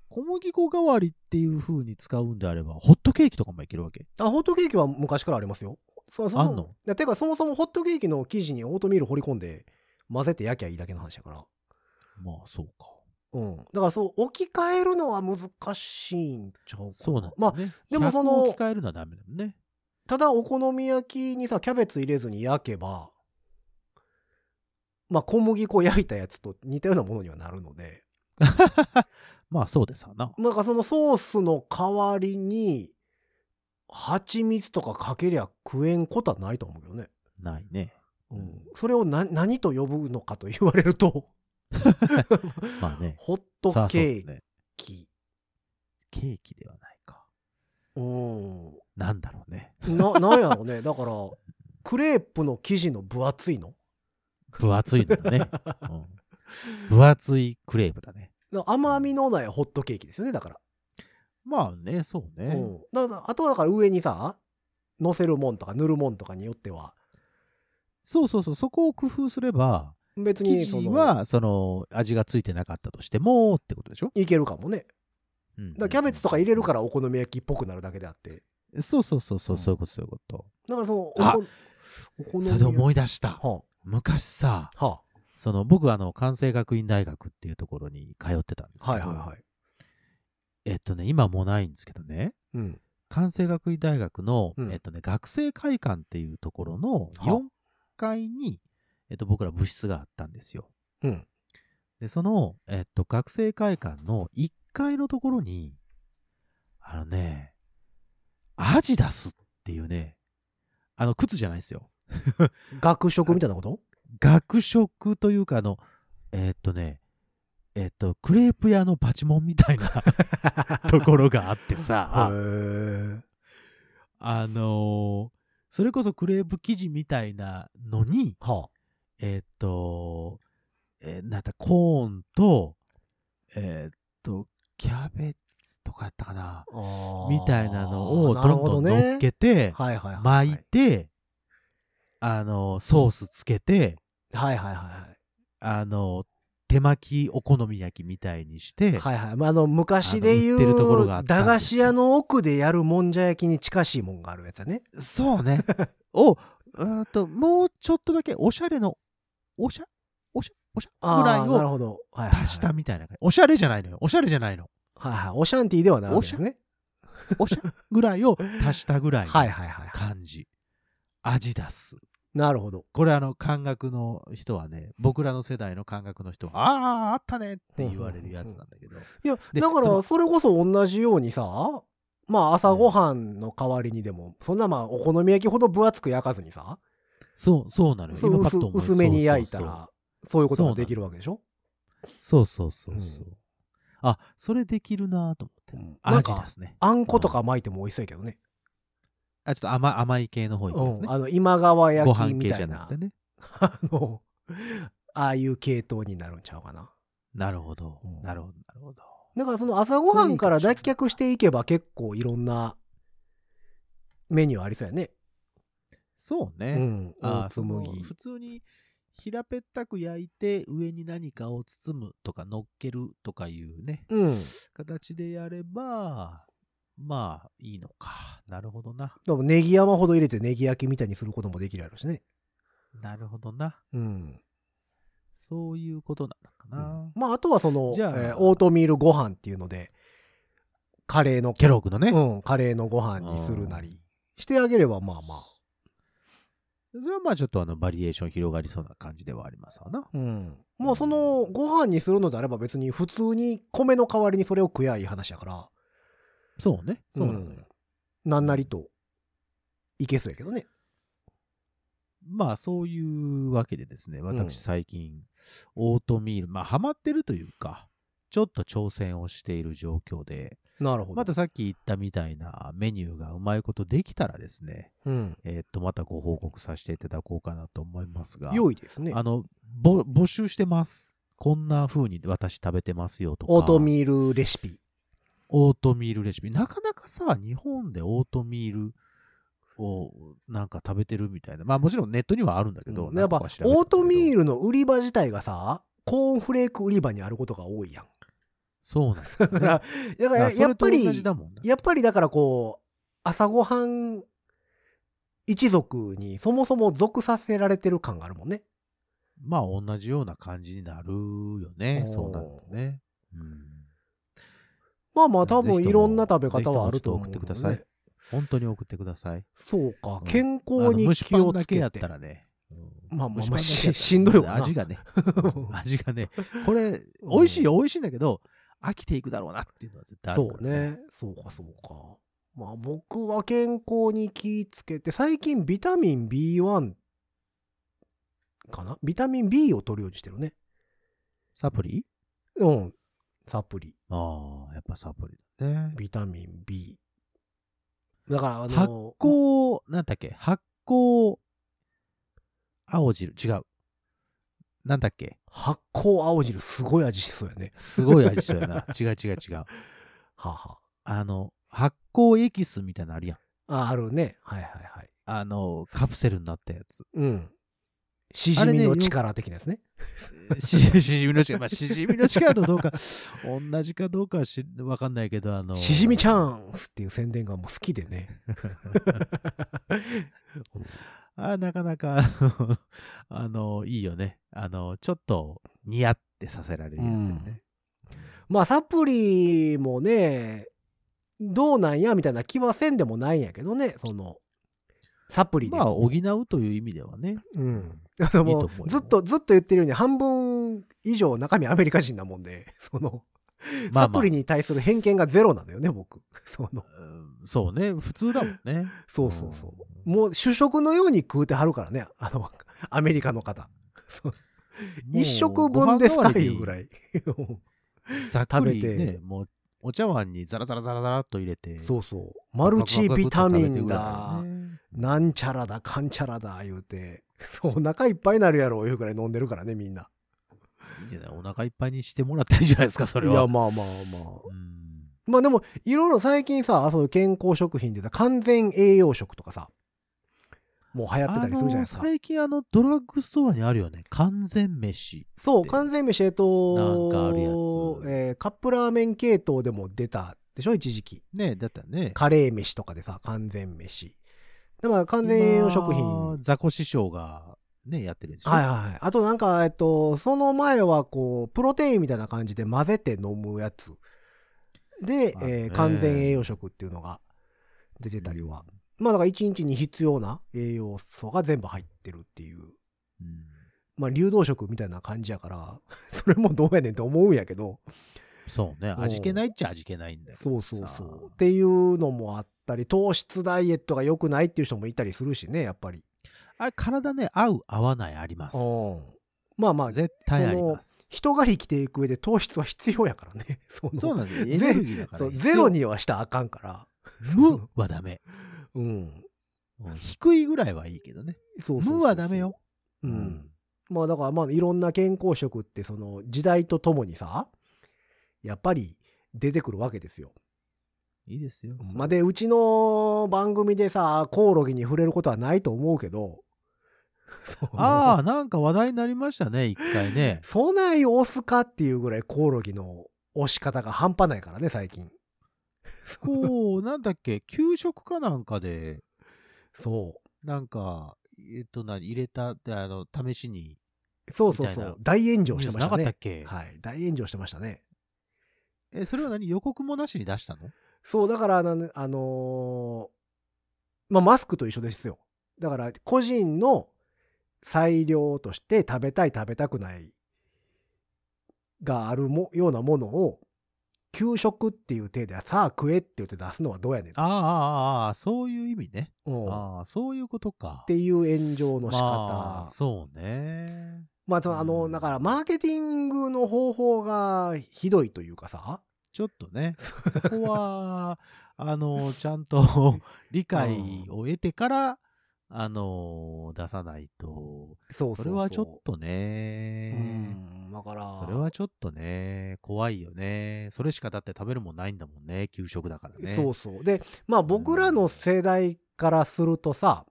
Speaker 3: 小麦粉代わりっていう風に使うんであれば、ホットケーキとかもいけるわけ。
Speaker 2: あ、ホットケーキは昔からありますよ。そそ
Speaker 3: あんの
Speaker 2: いやてか、そもそもホットケーキの生地にオートミール掘り込んで、混ぜて焼きゃいいだけの話やから。
Speaker 3: まあ、そうか。
Speaker 2: うん。だから、そう、置き換えるのは難しいんちゃうかな。
Speaker 3: そうなんだ、ね。
Speaker 2: まあ、でもその
Speaker 3: 100を置き換えるのはダメだもんね。
Speaker 2: ただお好み焼きにさ、キャベツ入れずに焼けば、まあ、小麦粉焼いたやつと似たようなものにはなるので、
Speaker 3: まあそうですわな。
Speaker 2: なんかそのソースの代わりに、蜂蜜とかかけりゃ食えんことはないと思うけどね。
Speaker 3: ないね。
Speaker 2: うん、それをな何と呼ぶのかと言われると、
Speaker 3: まあね。
Speaker 2: ホット
Speaker 3: さあ
Speaker 2: ケ
Speaker 3: そうで
Speaker 2: ー
Speaker 3: すね。
Speaker 2: キ。
Speaker 3: ケーキではないか。
Speaker 2: うん。
Speaker 3: なんだろうね。
Speaker 2: な、なんやろね。 だから、クレープの生地の分厚いの
Speaker 3: 分厚いの だね、うん分厚いクレープだね。
Speaker 2: な甘みのないホットケーキですよね、だから。
Speaker 3: まあね、そうね。
Speaker 2: うん。だから、あとはだから上にさ、乗せるもんとか塗るもんとかによっては、
Speaker 3: そうそうそう、そこを工夫すれば、
Speaker 2: 別
Speaker 3: 生
Speaker 2: にそ
Speaker 3: 地
Speaker 2: の、
Speaker 3: は、その、味がついてなかったとしても、ってことでしょ、
Speaker 2: いけるかもね。
Speaker 3: うん
Speaker 2: だからキャベツとか入れるからお好み焼きっぽくなるだけであって。
Speaker 3: ら。そうそうそうそう、
Speaker 2: うん
Speaker 3: そういうこと、そういうこと。
Speaker 2: だからその、お
Speaker 3: あ
Speaker 2: こお好み
Speaker 3: それで思
Speaker 2: 焼
Speaker 3: い出した
Speaker 2: き。。は
Speaker 3: 昔さ、
Speaker 2: あ、は
Speaker 3: その、僕、あの、関西学院大学っていうところに通ってたんですけ
Speaker 2: あ、
Speaker 3: ど、
Speaker 2: はいはいはい。
Speaker 3: えっとね、今もうないんですけどね、
Speaker 2: うん。
Speaker 3: 関西学院大学の、
Speaker 2: うん
Speaker 3: えっとね、学生会館っていうところの
Speaker 2: は
Speaker 3: 4階に、えっと、僕ら部室があったんですよ。
Speaker 2: うん。
Speaker 3: で、その、えっと、学生会館の1階のところに、あのね、アジダスっていうね、あの、靴じゃないですよ。
Speaker 2: 学食みたいなこと
Speaker 3: 学食というか、あの、えっとね、えっと、クレープ屋のパチモンみたいな ところがあっ てさ、
Speaker 2: へえ。
Speaker 3: あのーそれこそクレープ生地みたいなのに、
Speaker 2: は
Speaker 3: えーっと、えーなんだ、コーンと、えーっと、キャベツとかやったかな、
Speaker 2: ああー。
Speaker 3: みたいなのを
Speaker 2: なるほ
Speaker 3: どんどん
Speaker 2: ね
Speaker 3: 乗っけて、
Speaker 2: はいはいは
Speaker 3: 巻
Speaker 2: い。
Speaker 3: いて、あのーソースつけて、
Speaker 2: はいはいはい
Speaker 3: あのー手巻きお好み焼きみたいにして、
Speaker 2: はい。はいはい。まあ、あの、昔で言
Speaker 3: あの売ってるところ
Speaker 2: う、
Speaker 3: があっ
Speaker 2: 駄
Speaker 3: たんですよ
Speaker 2: 菓子屋の奥でやるもんじゃ焼きに近しいもんがあるやつだね。
Speaker 3: そう ね。を、うーんと、もうちょっとだけおしゃれの、おしゃ、おしゃ、おしゃ
Speaker 2: あ
Speaker 3: ぐらい
Speaker 2: あ、なる
Speaker 3: を
Speaker 2: ほど。はいはいはい。
Speaker 3: 足したみたいな感じ。おしゃれじゃないのよ。おしゃれじゃないの。
Speaker 2: はいはい。オシャンティーではないわけですね。
Speaker 3: おしゃぐらいを足したぐらいの
Speaker 2: はいはいはい。
Speaker 3: 感じ。アジダス。
Speaker 2: なるほど。
Speaker 3: これあの、感覚の人はね、僕らの世代の感覚の人は、ああ、あったねって言われるやつなんだけど。
Speaker 2: いや、
Speaker 3: で
Speaker 2: だか
Speaker 3: そ
Speaker 2: ら、
Speaker 3: の
Speaker 2: それこそ同じようにさ、まあ、朝ごはんの代わりにでも、そんなまあ、お好み焼きほど分厚く焼かずにさ、
Speaker 3: そう、そうなのよ。
Speaker 2: そう
Speaker 3: パ
Speaker 2: 薄
Speaker 3: ッと思い
Speaker 2: 薄めに焼いた
Speaker 3: そうそうそう
Speaker 2: ら、そういうことができるわけでしょ
Speaker 3: そうそうそうそう。あ、それできるなと
Speaker 2: う
Speaker 3: 思って
Speaker 2: ん。
Speaker 3: アジダスね。
Speaker 2: あんことか巻いても美味しそうやけどね。
Speaker 3: あ、ちょっと甘甘い系の方いきます
Speaker 2: う
Speaker 3: ね
Speaker 2: ん。。あの、今川
Speaker 3: ご
Speaker 2: 焼き
Speaker 3: 飯
Speaker 2: み
Speaker 3: 系
Speaker 2: た
Speaker 3: じゃ
Speaker 2: い
Speaker 3: な
Speaker 2: な
Speaker 3: くて、ね。
Speaker 2: あの、ああいう系統になるんちゃうかな。
Speaker 3: なるほど
Speaker 2: うん。
Speaker 3: なるほど。なるほど。
Speaker 2: だから、その朝ごはんから脱却していけば結構いろんなメニューありそうやね。
Speaker 3: そう
Speaker 2: う
Speaker 3: ね。
Speaker 2: ん。
Speaker 3: あ
Speaker 2: 大
Speaker 3: ーそ
Speaker 2: 粒
Speaker 3: の
Speaker 2: 麦。
Speaker 3: 普通に平べったく焼いて上に何かを包むとか乗っけるとかいうね、
Speaker 2: うん。
Speaker 3: 形でやれば、まあいいのか。なるほどな。
Speaker 2: でもネギ山ほど入れてネギ焼きみたいにすることもできるやろうしね。
Speaker 3: なるほどな。
Speaker 2: うん。
Speaker 3: そういうことなのかな。
Speaker 2: まあ、あとはその、え
Speaker 3: じゃあ
Speaker 2: ーオートミールご飯っていうので、カレーの、
Speaker 3: ケロッグのね。
Speaker 2: うん、カレーのご飯にするなりしてあげれば、まあまあ。
Speaker 3: それはまあちょっとあのバリエーション広がりそうな感じではありますわな。
Speaker 2: うん。もうその、ご飯にするのであれば別に普通に米の代わりにそれを食やいい話やから、
Speaker 3: そうね。そうなのよ。
Speaker 2: うんなんなりと、いけそうやけどね。
Speaker 3: まあそういうわけでですね、
Speaker 2: ん
Speaker 3: 私最近、オートミール、まあハマってるというか、ちょっと挑戦をしている状況で、
Speaker 2: なるほど。
Speaker 3: またさっき言ったみたいなメニューがうまいことできたらですね、
Speaker 2: うん。
Speaker 3: えーっと、またご報告させていただこうかなと思いますが、
Speaker 2: 良いですね。
Speaker 3: あの、ぼ募集してます。こんな風に私食べてますよとか、
Speaker 2: オートミールレシピ。
Speaker 3: オートミールレシピ。なかなかさ、日本でオートミールをなんか食べてるみたいな。まあもちろんネットにはあるんだけど、
Speaker 2: やっぱ、オートミー
Speaker 3: ル。
Speaker 2: ルの売り場自体がさ、コーンフレーク売り場にあることが多い やん。
Speaker 3: そうなんですよね、
Speaker 2: だから、だから やっぱ
Speaker 3: それと同じ
Speaker 2: り、
Speaker 3: だもんな
Speaker 2: やっぱりだからこう、朝ごはん一族にそもそも属させられてる感があるもんね。
Speaker 3: まあ同じような感じになるよね。
Speaker 2: おー
Speaker 3: そうなんだね。うん。
Speaker 2: まあまあ多分
Speaker 3: ぜひとも
Speaker 2: いろんな食べ方はあると思う、
Speaker 3: ぜひともちょっと送ってください。本当に送ってください。
Speaker 2: そうか
Speaker 3: う、ん
Speaker 2: 健
Speaker 3: あ
Speaker 2: 康
Speaker 3: の
Speaker 2: に
Speaker 3: 蒸し
Speaker 2: 気
Speaker 3: パン
Speaker 2: を
Speaker 3: だ
Speaker 2: つ
Speaker 3: け
Speaker 2: け
Speaker 3: やってた。らね。うん
Speaker 2: まあまあ
Speaker 3: 蒸
Speaker 2: まあ
Speaker 3: パンだけやったら
Speaker 2: しんどいよな
Speaker 3: 味がね。味がね。これ、美味しいよ、美味しいんだけど、飽きていくだろうなっていうのは絶対あ
Speaker 2: そ
Speaker 3: るから
Speaker 2: うね。そうか、そうか。まあ僕は健康に気つけて、最近ビタミン B1 かなビタミン B を取るようにしてるね。
Speaker 3: サプリ
Speaker 2: うん。サプリ。
Speaker 3: ああ、やっぱサプリだね。
Speaker 2: ビタミン B。だから、あ
Speaker 3: 発
Speaker 2: の、
Speaker 3: 酵、なんだっけ、発酵、青汁、違う。なんだっけ、
Speaker 2: 発酵青汁すごい味しそうやね。
Speaker 3: すごい味しそうや な。違う違う違う。
Speaker 2: はあは
Speaker 3: あの、発酵エキスみたいなのあるやん。
Speaker 2: あ。あ、あるね。はいはいはい。
Speaker 3: あの、カプセルになったやつ。
Speaker 2: うん。しじみの力的なやつね。
Speaker 3: ししじみの力、まあ、しじみの力とどうか、同じかどうかはしわかんないけど、あの、
Speaker 2: しじみチャンスっていう宣伝がもう好きでね。
Speaker 3: あなかなか、あのあの、いいよね。あの、ちょっと、ニヤってさせられるやつよね。
Speaker 2: まあサプリもね、どうなんやみたいな気はせんでもないんやけどね、その、サプリで。
Speaker 3: まあ、補うという意味ではね。
Speaker 2: うん。で
Speaker 3: いいと思
Speaker 2: も
Speaker 3: うよ
Speaker 2: ずっと、ずっと言ってるように半分以上中身アメリカ人なもんで、 その、
Speaker 3: まあ
Speaker 2: サ
Speaker 3: まあ
Speaker 2: プリに対する偏見がゼロなのよね、僕。 その、
Speaker 3: うんそうね。普通だもんね。
Speaker 2: そうそうそう。
Speaker 3: うん
Speaker 2: もう主食のように食うてはるからね、あの、アメリカの方。そう
Speaker 3: もう
Speaker 2: 一食分ですかいうぐら
Speaker 3: い。
Speaker 2: い。
Speaker 3: ざっく
Speaker 2: 食
Speaker 3: り
Speaker 2: べ
Speaker 3: ね
Speaker 2: て、
Speaker 3: もうお茶碗にザラザラザラザラっと入れて。
Speaker 2: そうそう。マルチビタミンだ、
Speaker 3: な
Speaker 2: なんちゃらだ、かんちゃらだ、言うて。 そう、お腹いっぱいになるやろ、いうぐらい飲んでるからね、みんな。
Speaker 3: いいんじゃないお腹いっぱいにしてもらったらいいんじゃないですか、それ
Speaker 2: い
Speaker 3: は。
Speaker 2: や、まあまあまあ。
Speaker 3: うん
Speaker 2: まあでも、いろいろ最近さ、そういう健康食品でさ、完全栄養食とかさ、もう流行ってた
Speaker 3: あ
Speaker 2: りするじゃない
Speaker 3: の
Speaker 2: ですか。
Speaker 3: 最近あのドラッグストアにあるよね完全飯
Speaker 2: そう、完全飯、えっと、
Speaker 3: なんかあるや
Speaker 2: え
Speaker 3: つ
Speaker 2: ーカップラーメン系統でも出たでしょ、一時期。
Speaker 3: ねだったよね
Speaker 2: カレー飯とかでさ、完全飯。で、まあ、完全栄養食品。
Speaker 3: 今ザコ師匠がねやってるでしょ
Speaker 2: はいはい。あとなんか、えっと、その前はこう、プロテインみたいな感じで混ぜて飲むやつ。で、
Speaker 3: あ
Speaker 2: え
Speaker 3: ね
Speaker 2: ー完全栄養食っていうのが出てたりは。まあだから一日に必要な栄養素が全部入ってるっていう。
Speaker 3: うん
Speaker 2: まあ流動食みたいな感じやから、 それもどうやねんって思うんやけど。
Speaker 3: そうね
Speaker 2: うん
Speaker 3: 味気ないっちゃ味気ないんだけ
Speaker 2: そ
Speaker 3: ど
Speaker 2: う
Speaker 3: さ
Speaker 2: そうそう。っていうのもあったり、糖質ダイエットが良くないっていう人もいたりするしね、やっぱり。
Speaker 3: あれ体ね合う合わないあります
Speaker 2: うん。まあまあ、
Speaker 3: 絶対あります
Speaker 2: 人が生きていく上で糖質は必要やからね。 その
Speaker 3: そうなんですよエ
Speaker 2: ゼ
Speaker 3: ネルギーだから
Speaker 2: そう
Speaker 3: 必要
Speaker 2: ゼロにはしたらあかんから。
Speaker 3: 無はダメ
Speaker 2: うん。
Speaker 3: うん低いぐらいはいいけどね
Speaker 2: そうそうそう
Speaker 3: 無はダメ。よ
Speaker 2: う
Speaker 3: うんん。
Speaker 2: まあだからまあいろんな健康食ってその時代とともにさ、やっぱり出てくるわけですよ。
Speaker 3: いいですよ
Speaker 2: まあで、うちの番組でさ、コオロギに触れることはないと思うけど、。
Speaker 3: ああ、なんか話題になりましたね、一回ね
Speaker 2: そない押すかっていうぐらいコオロギの押し方が半端ないからね、最近。
Speaker 3: こう、なんだっけ、給食かなんかで、
Speaker 2: そ
Speaker 3: なんか、えっと、何、入れた、あの、試しに、
Speaker 2: う。そうそうそ
Speaker 3: みたいうな。
Speaker 2: 大炎上してました
Speaker 3: なかった
Speaker 2: ね
Speaker 3: っ。け、
Speaker 2: はい。大炎上してましたね。
Speaker 3: え、それは何予告もなしに出したの
Speaker 2: そう、だから、なんあのーまあ、マスクと一緒ですよ。だから、個人の裁量として食べたい、食べたくないがあるもようなものを、給食っていう体で、さあ食えって言って出すのはどうやねんと。
Speaker 3: ああ、ああ、ああ、そういう意味ね。
Speaker 2: うんっ
Speaker 3: ああ、そういうことか。
Speaker 2: ていう炎上の仕
Speaker 3: まあ
Speaker 2: 方。
Speaker 3: そうね。
Speaker 2: まあ、そのあの、
Speaker 3: うん
Speaker 2: だから、マーケティングの方法がひどいというかさ、
Speaker 3: ちょっと ね、そこは、あの、ちゃん と理解を得てから、あの、出さないと、
Speaker 2: そうそう
Speaker 3: そうれはちょっ
Speaker 2: と、
Speaker 3: とね、
Speaker 2: うん、だから、
Speaker 3: それはちょっとね、怖いよね。それしかだって食べるもんないんだもんね、給食だからね。
Speaker 2: そうそう。で、まあ僕らの世代からするとさ、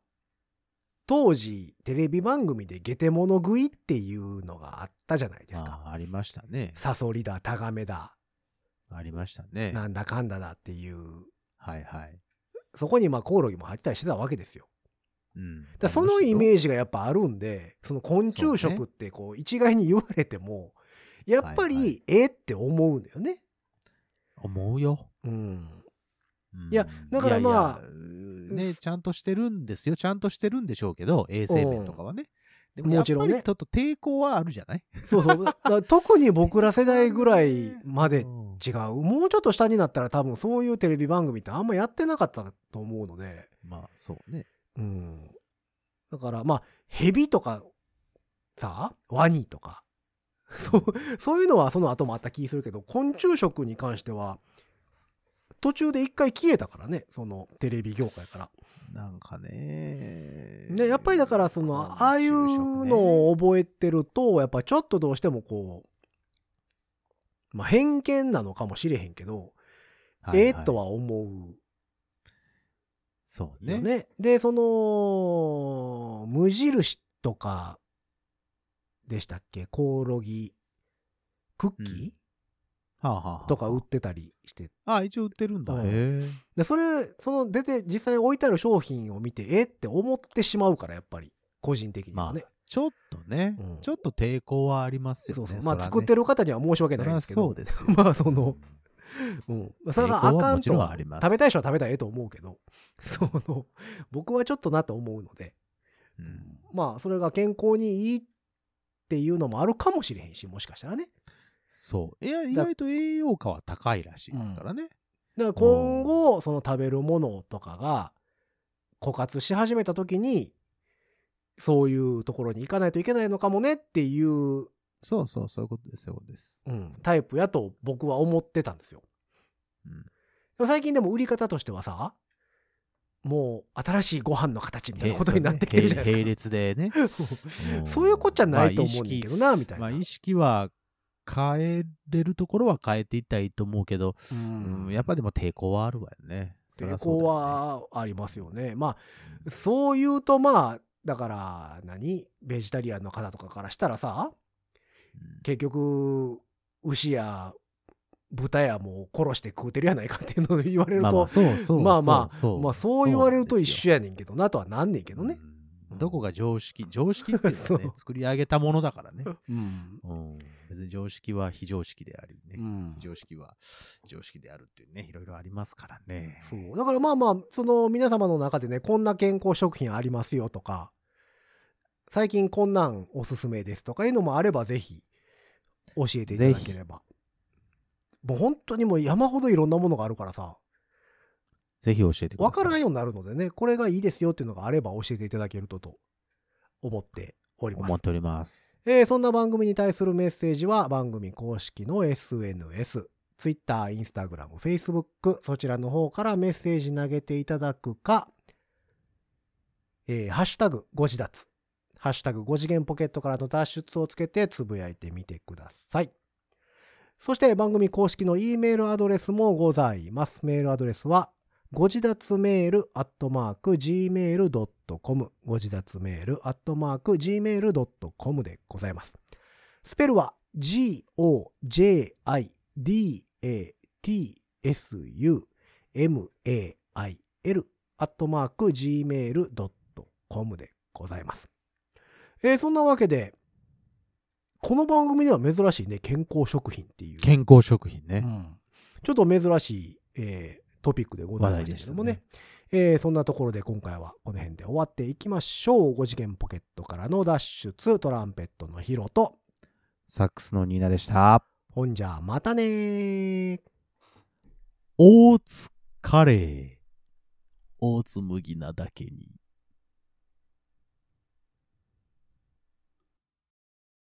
Speaker 2: 当時テレビ番組でゲテモノ食いっていうのがあったじゃないです
Speaker 3: ま
Speaker 2: か。
Speaker 3: あ、ありましたね。
Speaker 2: サソリだ、タガメだ、
Speaker 3: ありましたね。
Speaker 2: なんだかんだだっていう、
Speaker 3: はいはい。
Speaker 2: そこにまあコオロギも入ったりしてたわけですよ。
Speaker 3: うん。
Speaker 2: だからそのイメ
Speaker 3: ージ。
Speaker 2: ージがやっぱあるんで、その昆虫
Speaker 3: そう
Speaker 2: 食
Speaker 3: ね
Speaker 2: ってこう一概に言われても、やっぱ
Speaker 3: はいは
Speaker 2: りえって思うんだよね。
Speaker 3: 思うよ。
Speaker 2: うん。
Speaker 3: うん
Speaker 2: いやだからまあ
Speaker 3: いやいやうーね、ちゃんとしてるんですよ。ちゃんとしてるんでしょうけど、衛生面とかはね。でも、や
Speaker 2: も
Speaker 3: っ
Speaker 2: ちろ
Speaker 3: ぱ
Speaker 2: んね
Speaker 3: りちょっと抵抗はあるじゃない
Speaker 2: そうそう。だから特に僕ら世代ぐらいまで
Speaker 3: うん
Speaker 2: 違うもうちょっと下になったら多分そういうテレビ番組ってあんまやってなかったと思うので、
Speaker 3: まあ、そうね。
Speaker 2: うん、だからまあヘビとかさワニとかそうそういうのはその後もあった気するけど昆虫食に関しては途中で一回消えたからねそのテレビ業界から。
Speaker 3: なんかね。
Speaker 2: ね、やっぱりだからそのああいうの
Speaker 3: を。
Speaker 2: を覚えてるとやっぱちょっとどうしてもこう、まあ、偏見なのかもしれへんけど、
Speaker 3: はいはい
Speaker 2: ええと。は思う
Speaker 3: そう
Speaker 2: よ
Speaker 3: ね。
Speaker 2: ね。で、その、無印とかでしたっけコオロギ、クッキ
Speaker 3: はあはあは
Speaker 2: ー
Speaker 3: あ
Speaker 2: とか売ってたりして。
Speaker 3: あ、一応売ってるんだ。
Speaker 2: うん
Speaker 3: へえ。
Speaker 2: で、それ、その出て、実際置いてある商品を見て、えって思ってしまうから、やっぱり。個人的にはね。
Speaker 3: ちょっとね
Speaker 2: うん、
Speaker 3: ちょっと抵抗はありますよ
Speaker 2: そう
Speaker 3: ね。
Speaker 2: そう。まあ、作って
Speaker 3: る
Speaker 2: る方には申し訳
Speaker 3: わ
Speaker 2: な
Speaker 3: け
Speaker 2: い
Speaker 3: ない
Speaker 2: で
Speaker 3: ですす
Speaker 2: け
Speaker 3: け
Speaker 2: ど。
Speaker 3: ど。そりゃそう ですよ。
Speaker 2: まあ、その、うん。それがあかんと
Speaker 3: 抵抗は
Speaker 2: は
Speaker 3: もちろんあります
Speaker 2: 食べたい人は食べたらええと思うけど、 その、僕はちょっとなと思うので、
Speaker 3: うん
Speaker 2: まあそれが健康にいいっていうのもあるかもしれへんしもしかしたらね
Speaker 3: そう。いや、意外と栄養価は高いらしいですから
Speaker 2: だ
Speaker 3: ね。
Speaker 2: から今後その食べるものとかが枯渇し始めた時にそういうところに行かないといけないのかもねっていう、
Speaker 3: そうそう、そういうことです、そういうことです。
Speaker 2: うんタイプやと僕は思ってたんですよ
Speaker 3: うん
Speaker 2: でも最近でも売り方としてはさもう新しいご飯の形みたいなことになってきてるじゃない
Speaker 3: 並
Speaker 2: です
Speaker 3: 列でね。
Speaker 2: か、
Speaker 3: ん
Speaker 2: そういうこっちゃないと思うんだけどな、みたいな、
Speaker 3: まあ、意識は変えれるところは変えていったらいいと思うけど、
Speaker 2: う
Speaker 3: うん
Speaker 2: ん
Speaker 3: やっぱでも抵抗はあるわよね。そり
Speaker 2: 抵
Speaker 3: ゃそう
Speaker 2: 抗
Speaker 3: だよね
Speaker 2: はありますよね。まあそう言うとまあだから何ベジタリアンの方とかからしたらさ
Speaker 3: うん
Speaker 2: 結局牛や豚やもう殺して食うてるやないかっていうのを言われる
Speaker 3: まあまあ
Speaker 2: と
Speaker 3: そうそう
Speaker 2: まあまあ
Speaker 3: そうそう
Speaker 2: まあそう言われると一
Speaker 3: や
Speaker 2: 緒やねんけどなとはなんねんけどね。
Speaker 3: うんどこが常識常識っていうのは
Speaker 2: そ
Speaker 3: ね
Speaker 2: う
Speaker 3: 作り上げたものだからね、
Speaker 2: うん
Speaker 3: うん、別に常識は非常識でありね、
Speaker 2: うん
Speaker 3: 非常識は常識であるっていうねいろいろありますからね
Speaker 2: そうだからまあまあその皆様の中でねこんな健康食品ありますよとか最近こんなんおすすめですとかいうのもあればぜひ教えていただければもう本当にもう山ほどいろんなものがあるからさ
Speaker 3: ぜひ教えてくださ
Speaker 2: 分
Speaker 3: い
Speaker 2: からんようになるのでねこれがいいですよっていうのがあれば教えていただけるとと思っております
Speaker 3: 思っております
Speaker 2: えーそんな番組に対するメッセージは番組公式の SNS、Twitter、Instagram、Facebook そちらの方からメッセージ投げていただくか、えーハッシュタグ5次脱、ハッシュタグ5次元ポケットからの脱出をつけてつぶやいてみてください。そして番組公式の E メールアドレスもございます。メールアドレスはご自立メールアットマーク gmail.com ご自立メールアットマーク gmail.com でございます。スペルは g-o-j-i-d-a-t-s-u-m-a-i-l アットマーク gmail.com でございます。えーそんなわけで、この番組では珍しいね、健康食品っていう。
Speaker 3: 健康食品ね。
Speaker 2: うんちょっと珍しい、えートピックでございましたけども
Speaker 3: 話題
Speaker 2: ね。えーそんなところで今回はこの辺で終わっていきましょう。5次元ポケットからの脱出、トランペットのヒロと、
Speaker 3: サックスのニーナでした。
Speaker 2: ほんじゃまたねー。
Speaker 3: 大津カレー。大津麦なだけに。